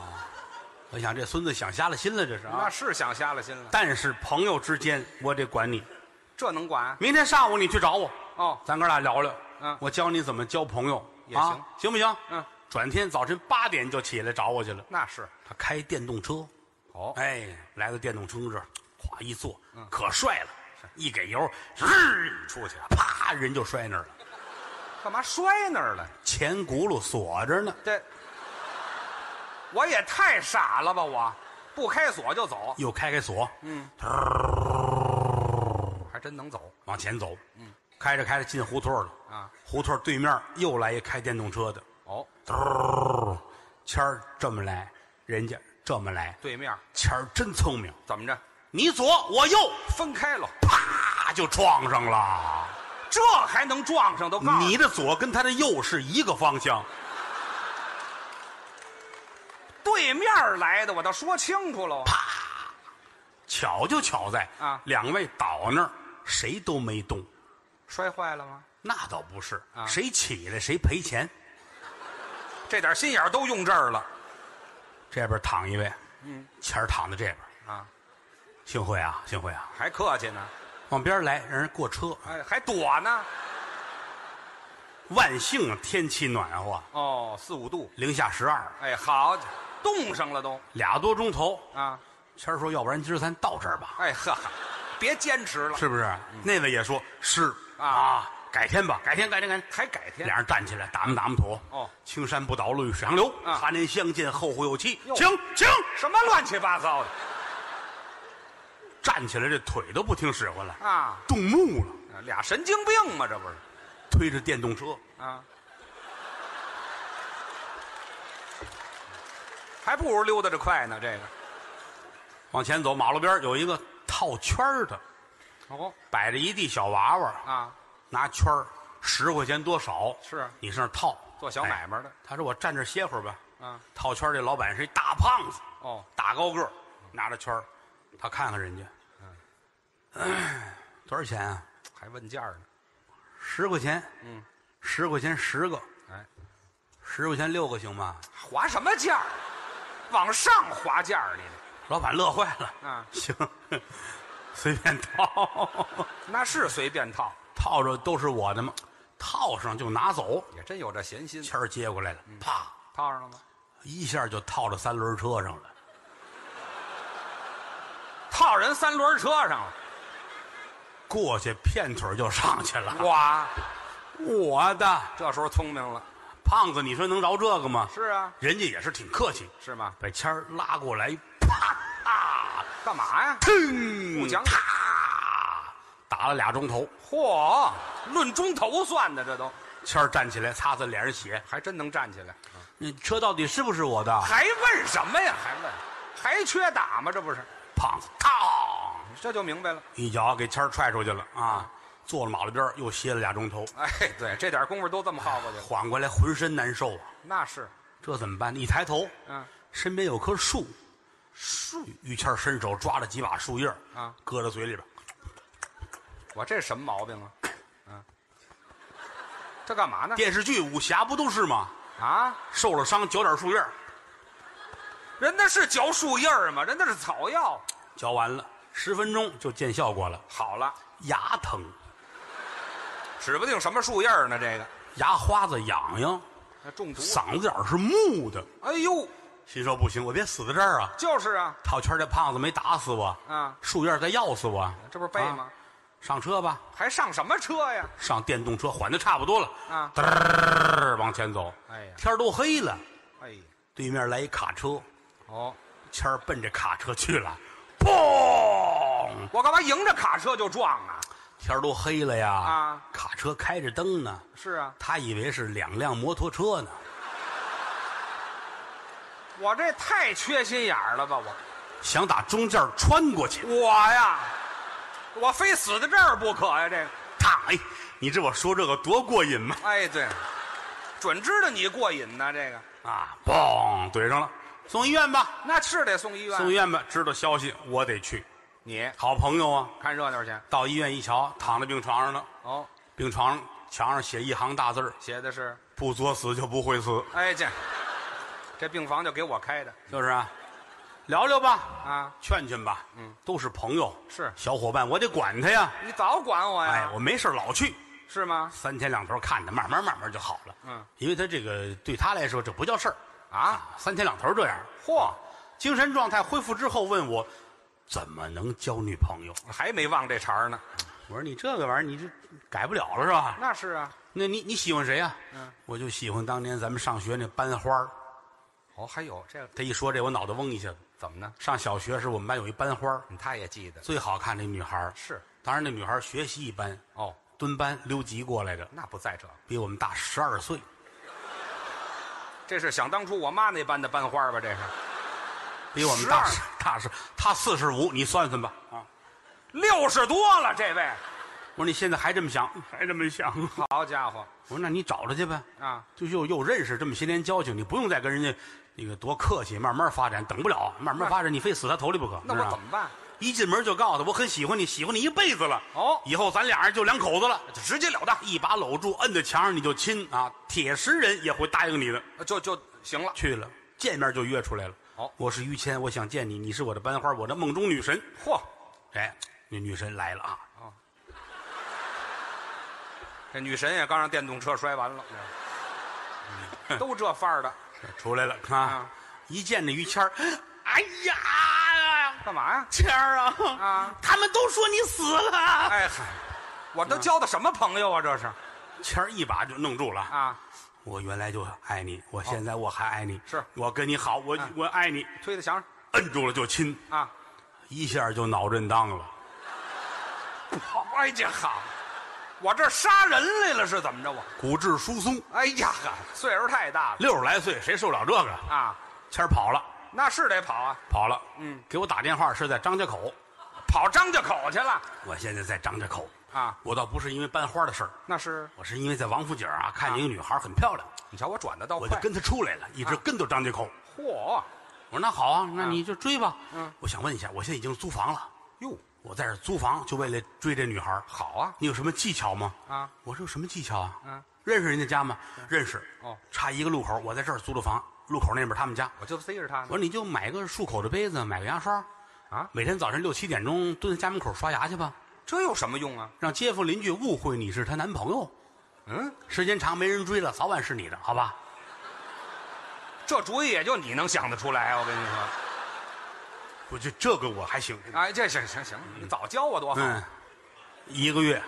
Speaker 2: 我想哎这孙子想瞎了心了，这是
Speaker 4: 那
Speaker 2: 啊。
Speaker 4: 是想瞎了心了。
Speaker 2: 但是朋友之间，我得管你。
Speaker 4: 这能管？
Speaker 2: 明天上午你去找我，
Speaker 4: 哦，
Speaker 2: 咱哥俩聊聊。
Speaker 4: 嗯
Speaker 2: 我教你怎么交朋友，
Speaker 4: 也行
Speaker 2: 啊，行不行？
Speaker 4: 嗯，
Speaker 2: 转天早晨八点就起来找我去了。
Speaker 4: 那是
Speaker 2: 他开电动车，
Speaker 4: 哦，
Speaker 2: 哎，来到电动车这儿，咵一坐，
Speaker 4: 嗯
Speaker 2: 可帅了，一给油，日出去了，啪，人就摔那儿了，
Speaker 4: 干嘛摔那儿了？
Speaker 2: 前轱辘锁着呢。
Speaker 4: 这我也太傻了吧！我不开锁就走，
Speaker 2: 又开开锁，
Speaker 4: 还真能走
Speaker 2: 往前走，开着开着进胡同了。
Speaker 4: 嗯啊！
Speaker 2: 胡同对面又来一开电动车的，
Speaker 4: 哦，
Speaker 2: 嘟，谦儿这么来，人家这么来，
Speaker 4: 对面
Speaker 2: 谦儿真聪明，
Speaker 4: 怎么着？
Speaker 2: 你左我右，
Speaker 4: 分开了，
Speaker 2: 啪就撞上了。
Speaker 4: 这还能撞上？都告诉
Speaker 2: 你的左跟他的右是一个方向，
Speaker 4: 对面来的，我倒说清楚喽。
Speaker 2: 巧就巧在
Speaker 4: 啊
Speaker 2: 两位倒那儿，谁都没动。
Speaker 4: 摔坏了吗？
Speaker 2: 那倒不是，
Speaker 4: 啊
Speaker 2: 谁起来谁赔钱。
Speaker 4: 这点心眼儿都用这儿了
Speaker 2: 这边躺一位，嗯，谦儿躺在这边。
Speaker 4: 啊！
Speaker 2: 幸会啊，幸会啊，
Speaker 4: 还客气呢，
Speaker 2: 往边儿来，让人过车。
Speaker 4: 哎，还躲呢。
Speaker 2: 万幸啊天气暖和，啊
Speaker 4: 哦，四五度，
Speaker 2: 零下十二，
Speaker 4: 哎，好，冻上了都
Speaker 2: 俩多钟头。
Speaker 4: 啊！
Speaker 2: 谦儿说：“要不然今儿咱到这儿吧，
Speaker 4: 哎呵，别坚持了，
Speaker 2: 是不是？”那位也说：“是
Speaker 4: 嗯啊
Speaker 2: 改天吧，改天，改天，改天。”
Speaker 4: 还改天
Speaker 2: 俩人站起来，打磨打磨土。
Speaker 4: 哦
Speaker 2: 青山不倒，绿水长流。
Speaker 4: 啊
Speaker 2: 他年相见，后会有期。
Speaker 4: 哟
Speaker 2: 请请，
Speaker 4: 什么乱七八糟的
Speaker 2: 站起来这腿都不听使唤了，
Speaker 4: 啊！
Speaker 2: 动怒了，
Speaker 4: 俩神经病嘛，这不是
Speaker 2: 推着电动车
Speaker 4: 啊？还不如溜达着快呢，这个
Speaker 2: 往前走。马路边儿有一个套圈儿的，
Speaker 4: 哦
Speaker 2: 摆着一地小娃娃，
Speaker 4: 啊，
Speaker 2: 拿圈儿十块钱多少？
Speaker 4: 是
Speaker 2: 你上那儿套
Speaker 4: 做小买卖的
Speaker 2: 哎他说：“我站这儿歇会儿吧。”
Speaker 4: 啊，
Speaker 2: 套圈儿这老板是一大胖子，
Speaker 4: 哦，
Speaker 2: 大高个儿，拿着圈儿他看看人家，
Speaker 4: 嗯
Speaker 2: 哎 多少钱啊？
Speaker 4: 还问价呢，
Speaker 2: 十块钱，嗯，十块钱十个，
Speaker 4: 哎，
Speaker 2: 十块钱六个行吗？
Speaker 4: 划什么价？往上划价儿你这
Speaker 2: 老板乐坏了，
Speaker 4: 啊
Speaker 2: 行， 随便套，
Speaker 4: 那是随便套，
Speaker 2: 套着都是我的吗？套上就拿走。
Speaker 4: 也真有这闲心，
Speaker 2: 谦儿接过来了，
Speaker 4: 嗯
Speaker 2: 啪，
Speaker 4: 套上了吗？
Speaker 2: 一下就套到三轮车上了。
Speaker 4: 套人三轮车上了，
Speaker 2: 过去片腿就上去了。
Speaker 4: 哇，
Speaker 2: 我的
Speaker 4: 这时候聪明了，
Speaker 2: 胖子，你说能饶这个吗？
Speaker 4: 是啊，
Speaker 2: 人家也是挺客气，
Speaker 4: 是吗？
Speaker 2: 把谦儿拉过来，啪啊，
Speaker 4: 干嘛呀？
Speaker 2: 腾，
Speaker 4: 不讲理
Speaker 2: 啪，打了俩钟头。
Speaker 4: 嚯，论钟头算的，这都
Speaker 2: 谦儿站起来擦擦脸上血，
Speaker 4: 还真能站起来。
Speaker 2: 你车到底是不是我的？
Speaker 4: 还问什么呀？还问，还缺打吗？这不是，
Speaker 2: 胖子，嘡，
Speaker 4: 这就明白了。
Speaker 2: 一脚给谦儿踹出去了啊！坐了马路边儿又歇了俩钟头，
Speaker 4: 哎，对，这点功夫都这么耗过去了，
Speaker 2: 缓过来浑身难受啊！
Speaker 4: 那是，
Speaker 2: 这怎么办？一抬头，
Speaker 4: 嗯，
Speaker 2: 身边有棵树，
Speaker 4: 树，
Speaker 2: 于谦儿伸手抓了几把树叶儿
Speaker 4: 啊，
Speaker 2: 搁到嘴里边儿，
Speaker 4: 我这什么毛病啊？嗯，这干嘛呢？
Speaker 2: 电视剧武侠不都是吗？
Speaker 4: 啊，
Speaker 2: 受了伤嚼点树叶儿，
Speaker 4: 人那是嚼树叶儿吗？人那是草药。
Speaker 2: 嚼完了十分钟就见效果了，
Speaker 4: 好了，
Speaker 2: 牙疼，
Speaker 4: 指不定什么树叶儿呢。这个，
Speaker 2: 牙花子痒痒，
Speaker 4: 那中毒了。
Speaker 2: 嗓子眼儿是木的。
Speaker 4: 哎呦，
Speaker 2: 心说不行，我别死在这儿啊！
Speaker 4: 就是啊，
Speaker 2: 套圈儿这胖子没打死我，
Speaker 4: 啊，
Speaker 2: 树叶儿再要死我，
Speaker 4: 这不是背吗？
Speaker 2: 啊上车吧，
Speaker 4: 还上什么车呀？
Speaker 2: 上电动车，缓的差不多了，
Speaker 4: 啊
Speaker 2: 嘚儿往前走。
Speaker 4: 哎呀
Speaker 2: 天儿都黑了，
Speaker 4: 哎呀，
Speaker 2: 对面来一卡车，
Speaker 4: 哦，
Speaker 2: 谦儿奔着卡车去了，砰！
Speaker 4: 我干嘛迎着卡车就撞啊？
Speaker 2: 天儿都黑了呀，
Speaker 4: 啊
Speaker 2: 卡车开着灯呢，
Speaker 4: 是啊，
Speaker 2: 他以为是两辆摩托车呢。
Speaker 4: 我这太缺心眼儿了吧？我
Speaker 2: 想打中间穿过去。
Speaker 4: 我呀，我非死在这儿不可呀！这个，
Speaker 2: 烫！哎，你知道我说这个多过瘾吗？
Speaker 4: 哎，对，准知道你过瘾呢。这个，
Speaker 2: 啊，嘣，怼上了，送医院吧，
Speaker 4: 那是得送医院。
Speaker 2: 送医院吧。知道消息，我得去。
Speaker 4: 你
Speaker 2: 好朋友啊，
Speaker 4: 看热闹去。
Speaker 2: 到医院一瞧，躺在病床上呢，
Speaker 4: 哦，
Speaker 2: 病床上墙上写一行大字儿
Speaker 4: 写的是，
Speaker 2: 不作死就不会死。
Speaker 4: 哎这，这病房就给我开的
Speaker 2: 就是啊，聊聊吧，
Speaker 4: 啊！
Speaker 2: 劝劝吧，嗯，都是朋友，
Speaker 4: 是啊
Speaker 2: 小伙伴，我得管他呀。哎
Speaker 4: 你早管我呀！
Speaker 2: 哎，我没事儿老去，
Speaker 4: 是吗？
Speaker 2: 三天两头看他，慢慢慢慢就好了。
Speaker 4: 嗯，
Speaker 2: 因为他这个对他来说这不叫事儿，
Speaker 4: 啊，
Speaker 2: 三天两头这样。
Speaker 4: 嚯，
Speaker 2: 精神状态恢复之后问我，怎么能交女朋友？
Speaker 4: 还没忘这茬儿呢。
Speaker 2: 我说你这个玩意儿你这改不了了是吧？
Speaker 4: 那是啊，
Speaker 2: 那你你喜欢谁呀、
Speaker 4: 嗯，
Speaker 2: 我就喜欢当年咱们上学那班花儿
Speaker 4: 哦，还有这
Speaker 2: 他一说这，我脑袋嗡一下。
Speaker 4: 怎么呢？
Speaker 2: 上小学时，我们班有一班花儿
Speaker 4: 他也记得
Speaker 2: 最好看的女孩儿
Speaker 4: 是
Speaker 2: 当然那女孩儿学习一般，
Speaker 4: 哦，
Speaker 2: 蹲班溜级过来的，
Speaker 4: 那不在这儿
Speaker 2: 比我们大十二岁。
Speaker 4: 这是想当初我妈那班的班花吧？这是
Speaker 2: 比我们大
Speaker 4: 12
Speaker 2: 大十，他四十五，你算算吧。啊，
Speaker 4: 六十多了，这位，
Speaker 2: 我说你现在还这么想，还这么想。 我
Speaker 4: 好家伙
Speaker 2: 说那你找着去呗。
Speaker 4: 啊！
Speaker 2: 就又又认识这么些年交情，你不用再跟人家那个多客气，慢慢发展，等不了，慢慢发展，你非死他头里不可。
Speaker 4: 那
Speaker 2: 知道
Speaker 4: 我
Speaker 2: 吗
Speaker 4: 怎么办？
Speaker 2: 一进门就告诉他我很喜欢你，喜欢你一辈子了。
Speaker 4: 哦
Speaker 2: 以后咱俩人就两口子了，
Speaker 4: 直截了当，
Speaker 2: 一把搂住，摁在墙上你就亲啊，铁石人也会答应你的。
Speaker 4: 就就行了。
Speaker 2: 去了，见面就约出来了。
Speaker 4: 好
Speaker 2: 我是于谦，我想见你，你是我的班花，我的梦中女神。
Speaker 4: 嚯，
Speaker 2: 哎，那女神来了啊，
Speaker 4: 这女神也刚让电动车摔完了，嗯都这范儿的，
Speaker 2: 出来了啊，
Speaker 4: 啊
Speaker 2: 一见这于谦儿哎呀，
Speaker 4: 干嘛呀？
Speaker 2: 谦儿啊，
Speaker 4: 啊
Speaker 2: 他们都说你死了。
Speaker 4: 哎嗨，我都交的什么朋友啊？这是
Speaker 2: 谦儿一把就弄住了。
Speaker 4: 啊，
Speaker 2: 我原来就爱你，我现在我还爱你，
Speaker 4: 是
Speaker 2: 我跟你好，我、我爱你，
Speaker 4: 推在墙
Speaker 2: 摁住了就亲，
Speaker 4: 上啊！
Speaker 2: 一下就脑震荡了。
Speaker 4: 哎呀好，我这杀人来了是怎么着？我
Speaker 2: 骨质疏松，
Speaker 4: 哎呀，岁数太大了
Speaker 2: 六十来岁谁受了这个？
Speaker 4: 啊，
Speaker 2: 谦儿跑了，
Speaker 4: 那是得跑啊，
Speaker 2: 跑了。
Speaker 4: 嗯，
Speaker 2: 给我打电话是在张家口，
Speaker 4: 跑张家口去了
Speaker 2: 我现在在张家口。
Speaker 4: 啊，
Speaker 2: 我倒不是因为班花的事儿，
Speaker 4: 那是
Speaker 2: 我是因为在王府井啊看见一个女孩很漂亮，
Speaker 4: 你瞧我转的倒
Speaker 2: 我就
Speaker 4: 哦快，嗯
Speaker 2: 跟她出来了，一直跟到张家口。
Speaker 4: 嚯
Speaker 2: 我说那好啊，那你就追吧。
Speaker 4: 嗯，
Speaker 2: 我想问一下，我现在已经租房了，
Speaker 4: 哟，
Speaker 2: 我在这儿租房就为了追这女孩儿。
Speaker 4: 好啊
Speaker 2: 你有什么技巧吗？
Speaker 4: 啊，
Speaker 2: 我说有什么技巧啊？
Speaker 4: 嗯，
Speaker 2: 认识人家家吗？认识。
Speaker 4: 哦，
Speaker 2: 差一个路口，我在这儿租的房，路口那边他们家。
Speaker 4: 我就逮着他
Speaker 2: 我说你就买个漱口的杯子，买个牙刷，
Speaker 4: 啊，
Speaker 2: 每天早晨六七点钟蹲在家门口刷牙去吧，
Speaker 4: 这有什么用啊？
Speaker 2: 让街坊邻居误会你是她男朋友。
Speaker 4: 嗯，
Speaker 2: 时间长没人追了，早晚是你的，好吧？
Speaker 4: 这主意也就你能想得出来，我跟你说，
Speaker 2: 我就这个我还行。
Speaker 4: 哎，这行行行，你早教我多好，
Speaker 2: 嗯，一个月，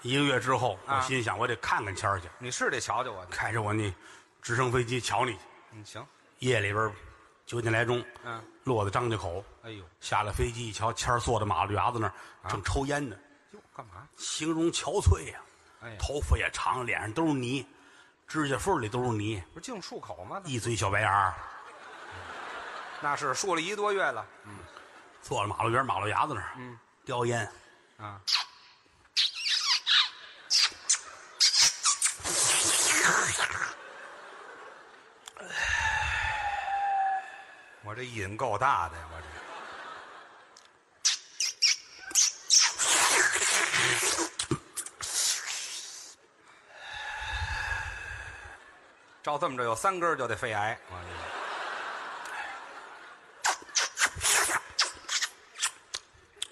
Speaker 2: 一个月之后，
Speaker 4: 啊
Speaker 2: 我心想我得看看谦儿去，
Speaker 4: 你是得瞧瞧我，
Speaker 2: 开着我那直升飞机瞧你去。
Speaker 4: 嗯，行，
Speaker 2: 夜里边九点来钟，
Speaker 4: 嗯，
Speaker 2: 落在张家口，
Speaker 4: 哎呦，
Speaker 2: 下了飞机一瞧，谦儿坐在马路牙子那儿正抽烟呢，
Speaker 4: 哟，干嘛？
Speaker 2: 形容憔悴呀、
Speaker 4: 哎呀，
Speaker 2: 头发也长，脸上都是泥，指甲缝里都是泥，
Speaker 4: 不是净漱口吗？
Speaker 2: 一嘴小白牙儿，
Speaker 4: 那是漱了一个多月了
Speaker 2: 坐在马路边马路牙子那儿，嗯，叼烟，
Speaker 4: 啊，我这瘾够大的呀，我这照这么着有三根儿就得肺癌，我跟你说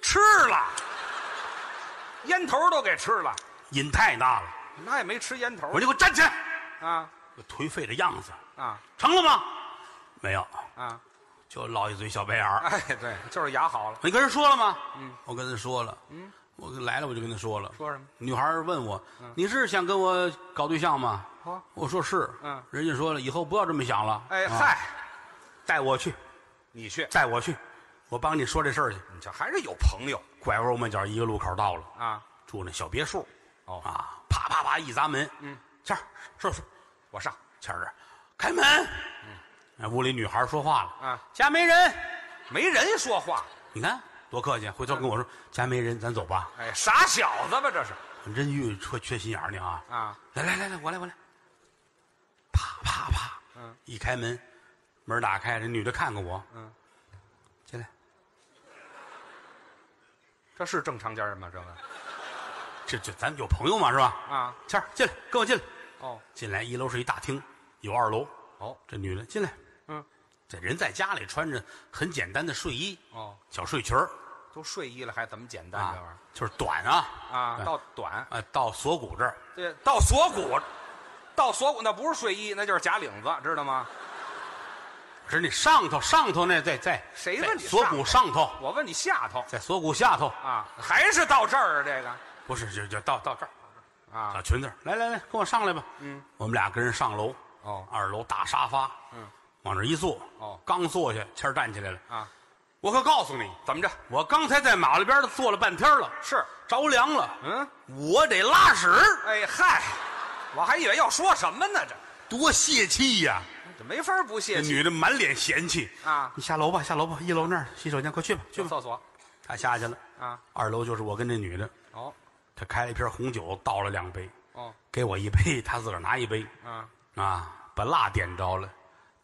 Speaker 2: 吃了，
Speaker 4: 烟头都给吃了，
Speaker 2: 瘾太大了，
Speaker 4: 那也没吃烟头
Speaker 2: 我就给我站起来，
Speaker 4: 啊
Speaker 2: 我颓废的样子，
Speaker 4: 啊
Speaker 2: 成了吗？没有，
Speaker 4: 啊！
Speaker 2: 就落一嘴小白牙儿。
Speaker 4: 哎，对，就是牙好了。
Speaker 2: 你跟人说了吗？嗯，我跟他说了。嗯，我来了我就跟他说了。
Speaker 4: 说什嗯么？
Speaker 2: 女孩儿问我：“你是想跟我搞对象吗？”
Speaker 4: 好
Speaker 2: 我说是。
Speaker 4: 哦嗯
Speaker 2: 人家说了，以后不要这么想了。
Speaker 4: 哎
Speaker 2: 啊，
Speaker 4: 嗨，
Speaker 2: 带我去，
Speaker 4: 你去，
Speaker 2: 带我去，我帮你说这事儿去。
Speaker 4: 你这还是有朋友
Speaker 2: 拐弯抹角，一个路口到了，
Speaker 4: 啊！
Speaker 2: 住那小别墅。
Speaker 4: 哦
Speaker 2: 啊，啪啪啪一砸门，嗯，谦儿，说说，
Speaker 4: 我上，
Speaker 2: 谦儿啊，开门。嗯，屋里女孩儿说话了。
Speaker 4: 啊，
Speaker 2: 家没人。
Speaker 4: 没人说话。
Speaker 2: 你看多客气，回头跟我说家没人，咱走吧。
Speaker 4: 哎，傻小子吧，这是
Speaker 2: 真遇缺缺心眼儿呢啊！
Speaker 4: 啊！
Speaker 2: 来来来来，我来我来，啪啪啪，
Speaker 4: 嗯，
Speaker 2: 一开门，门打开，这女的看看我，
Speaker 4: 嗯，
Speaker 2: 进来，
Speaker 4: 这是正常家人吗？这个
Speaker 2: 这这咱有朋友嘛是吧？
Speaker 4: 啊，
Speaker 2: 谦儿进来，跟我进来，
Speaker 4: 哦
Speaker 2: 进来一楼是一大厅，有二楼，
Speaker 4: 哦
Speaker 2: 这女的进来，
Speaker 4: 嗯，
Speaker 2: 这人在家里穿着很简单的睡衣，
Speaker 4: 哦，
Speaker 2: 小睡裙儿，
Speaker 4: 都睡衣了，还怎么简单这玩
Speaker 2: 啊
Speaker 4: 意，
Speaker 2: 就是短啊
Speaker 4: 儿啊？
Speaker 2: 对
Speaker 4: 到短，
Speaker 2: 啊到锁骨这儿，
Speaker 4: 对，到锁骨，到锁骨那不是睡衣，那就是假领子，知道吗？
Speaker 2: 是你上头上头那在在
Speaker 4: 谁问你
Speaker 2: 在锁骨上头，
Speaker 4: 我问你下头
Speaker 2: 在锁骨下头，
Speaker 4: 啊，还是到这儿啊？这个
Speaker 2: 不是就就到到这儿小
Speaker 4: 啊，
Speaker 2: 裙子儿，来来来，跟我上来吧。嗯，我们俩跟人上楼。
Speaker 4: 哦
Speaker 2: 二楼大沙发。嗯，往那儿一坐。
Speaker 4: 哦
Speaker 2: 刚坐下，谦儿站起来了。
Speaker 4: 啊，
Speaker 2: 我可告诉你，
Speaker 4: 怎么着？
Speaker 2: 我刚才在马路边儿坐了半天了，
Speaker 4: 是，
Speaker 2: 着凉了。
Speaker 4: 嗯，
Speaker 2: 我得拉屎，
Speaker 4: 哎嗨，我还以为要说什么呢，这
Speaker 2: 多泄气呀！
Speaker 4: 这没法不
Speaker 2: 这
Speaker 4: 泄气
Speaker 2: 女的满脸嫌弃
Speaker 4: 啊
Speaker 2: 你下楼吧，下楼吧，一楼那儿洗手间，快去吧，去
Speaker 4: 去
Speaker 2: 吧。
Speaker 4: 厕所
Speaker 2: 她下去了。
Speaker 4: 啊。
Speaker 2: 二楼就是我跟这女的，
Speaker 4: 哦
Speaker 2: 她开了一瓶红酒，倒了两杯，
Speaker 4: 哦
Speaker 2: 给我一杯，她自个儿拿一杯。
Speaker 4: 啊，
Speaker 2: 啊，把蜡点着了，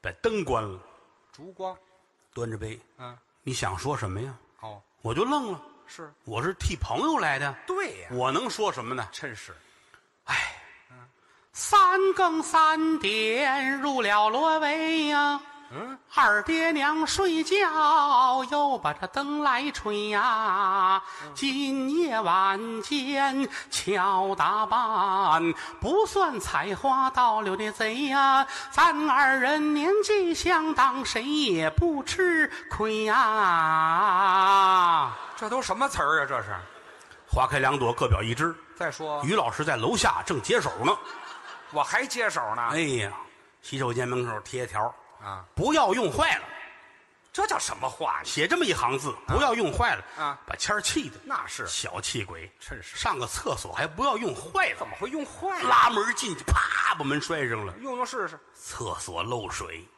Speaker 2: 把灯关了。
Speaker 4: 烛光，
Speaker 2: 端着杯，
Speaker 4: 嗯，
Speaker 2: 你想说什么呀？
Speaker 4: 哦，
Speaker 2: 我就愣了，
Speaker 4: 是
Speaker 2: 我是替朋友来的，
Speaker 4: 对呀，
Speaker 2: 我能说什么呢？
Speaker 4: 真是
Speaker 2: 哎，三更三点入了罗帷呀，嗯，二爹娘睡觉又把这灯来吹呀，今夜晚间巧打扮，不算采花盗柳的贼呀，咱二人年纪相当，谁也不吃亏呀。
Speaker 4: 这都什么词儿啊？这是。
Speaker 2: 花开两朵，各表一枝。
Speaker 4: 再说，
Speaker 2: 于老师在楼下正解手呢。
Speaker 4: 我还接手呢。
Speaker 2: 哎呀，洗手间门口贴条，
Speaker 4: 啊，
Speaker 2: 不要用坏了，
Speaker 4: 这叫什么话呢？
Speaker 2: 写这么一行字，不要用坏了
Speaker 4: 啊
Speaker 2: 把谦儿气的
Speaker 4: 那是
Speaker 2: 小气鬼，
Speaker 4: 真是
Speaker 2: 上个厕所还不要用坏了，
Speaker 4: 怎么会用坏了？
Speaker 2: 拉门进去，啪把门摔上了，
Speaker 4: 用用试试，
Speaker 2: 厕所漏水，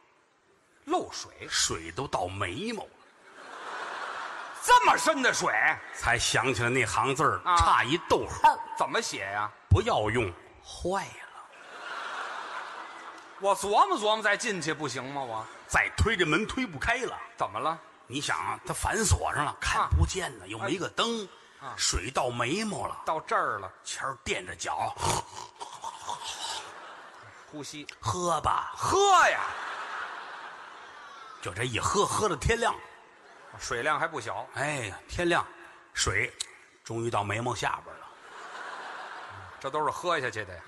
Speaker 4: 漏水，
Speaker 2: 水都到眉毛了，
Speaker 4: 这么深的水
Speaker 2: 才想起来那行字儿
Speaker 4: 啊
Speaker 2: 差一逗号，
Speaker 4: 怎么写呀、
Speaker 2: 不要用坏了，
Speaker 4: 我琢磨琢磨再进去不行吗？我
Speaker 2: 再推这门推不开了。
Speaker 4: 怎么了？
Speaker 2: 你想啊，它反锁上了，看不见呢，又没个灯，
Speaker 4: 啊
Speaker 2: 水到眉毛了，
Speaker 4: 到这儿了，
Speaker 2: 谦儿垫着脚，
Speaker 4: 呼吸，
Speaker 2: 喝吧，
Speaker 4: 喝呀，
Speaker 2: 就这一喝，喝到天亮，
Speaker 4: 水量还不小，
Speaker 2: 哎呀，天亮，水终于到眉毛下边了，
Speaker 4: 这都是喝下去的呀。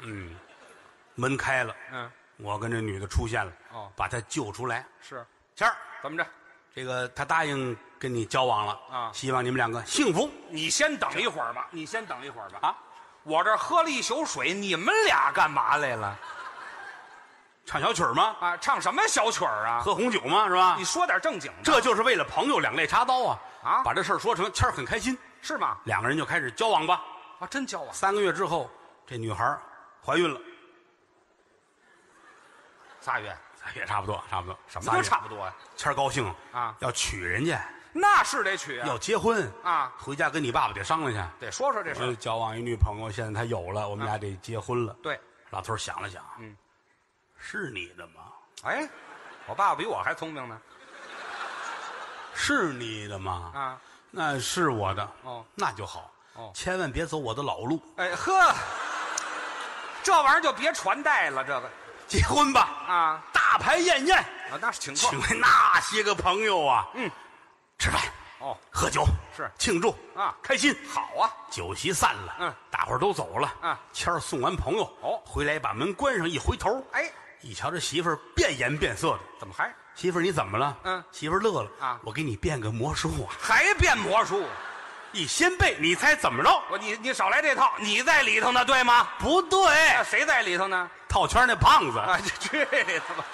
Speaker 2: 门开了，
Speaker 4: 嗯，
Speaker 2: 我跟这女的出现了，
Speaker 4: 哦
Speaker 2: 把她救出来，
Speaker 4: 是，
Speaker 2: 谦儿，
Speaker 4: 怎么着？
Speaker 2: 这个她答应跟你交往了
Speaker 4: 啊
Speaker 2: 希望你们两个幸福，
Speaker 4: 你先等一会儿吧，你先等一会儿吧。
Speaker 2: 啊，
Speaker 4: 我这喝了一宿水，你们俩干嘛来了？
Speaker 2: 唱小曲儿吗？
Speaker 4: 啊，唱什么小曲儿啊？
Speaker 2: 喝红酒吗？是吧
Speaker 4: 你？说点正经的，
Speaker 2: 这就是为了朋友两肋插刀啊！
Speaker 4: 啊
Speaker 2: 把这事儿说成，谦儿很开心，
Speaker 4: 是吗？
Speaker 2: 两个人就开始交往吧。
Speaker 4: 啊，真交往。
Speaker 2: 三个月之后，这女孩儿怀孕了，
Speaker 4: 仨月，
Speaker 2: 也哎差不多，差不多，
Speaker 4: 什么都差不
Speaker 2: 多。
Speaker 4: 多呀、
Speaker 2: 谦儿高兴
Speaker 4: 啊
Speaker 2: 要娶人家，
Speaker 4: 那是得娶啊，
Speaker 2: 要结婚
Speaker 4: 啊
Speaker 2: 回家跟你爸爸得商量去。
Speaker 4: 得说说这事
Speaker 2: 我
Speaker 4: 儿。
Speaker 2: 交往一女朋友，现在她有了，我们俩得结婚了。
Speaker 4: 啊对，
Speaker 2: 老头儿想了想，
Speaker 4: 嗯，
Speaker 2: 是你的吗？
Speaker 4: 哎，我爸爸比我还聪明呢
Speaker 2: 是你的吗？
Speaker 4: 啊！
Speaker 2: 那是我的。
Speaker 4: 哦，
Speaker 2: 那就好。
Speaker 4: 哦
Speaker 2: 千万别走我的老路，
Speaker 4: 哎呵，这玩意儿就别传代了，这个
Speaker 2: 结婚吧，
Speaker 4: 啊
Speaker 2: 大排宴宴，
Speaker 4: 啊，那是情况
Speaker 2: 请来那些个朋友啊，
Speaker 4: 嗯，
Speaker 2: 吃饭，
Speaker 4: 哦，
Speaker 2: 喝酒
Speaker 4: 是
Speaker 2: 庆祝
Speaker 4: 啊
Speaker 2: 开心。
Speaker 4: 好啊，
Speaker 2: 酒席散了，
Speaker 4: 嗯，
Speaker 2: 大伙儿都走了，
Speaker 4: 嗯
Speaker 2: 谦儿送完朋友，
Speaker 4: 哦
Speaker 2: 回来把门关上，一回头，
Speaker 4: 哎，
Speaker 2: 一瞧这媳妇儿变颜变色的，
Speaker 4: 怎么还
Speaker 2: 媳妇儿你怎么了？
Speaker 4: 嗯
Speaker 2: 媳妇儿乐了
Speaker 4: 啊
Speaker 2: 我给你变个魔术啊，
Speaker 4: 还变魔术？
Speaker 2: 一掀被，你猜怎么着？
Speaker 4: 我你你少来这套，你在里头呢，对吗？
Speaker 2: 不对，
Speaker 4: 啊，谁在里头呢？
Speaker 2: 套圈那胖子，
Speaker 4: 啊，这去你的吧！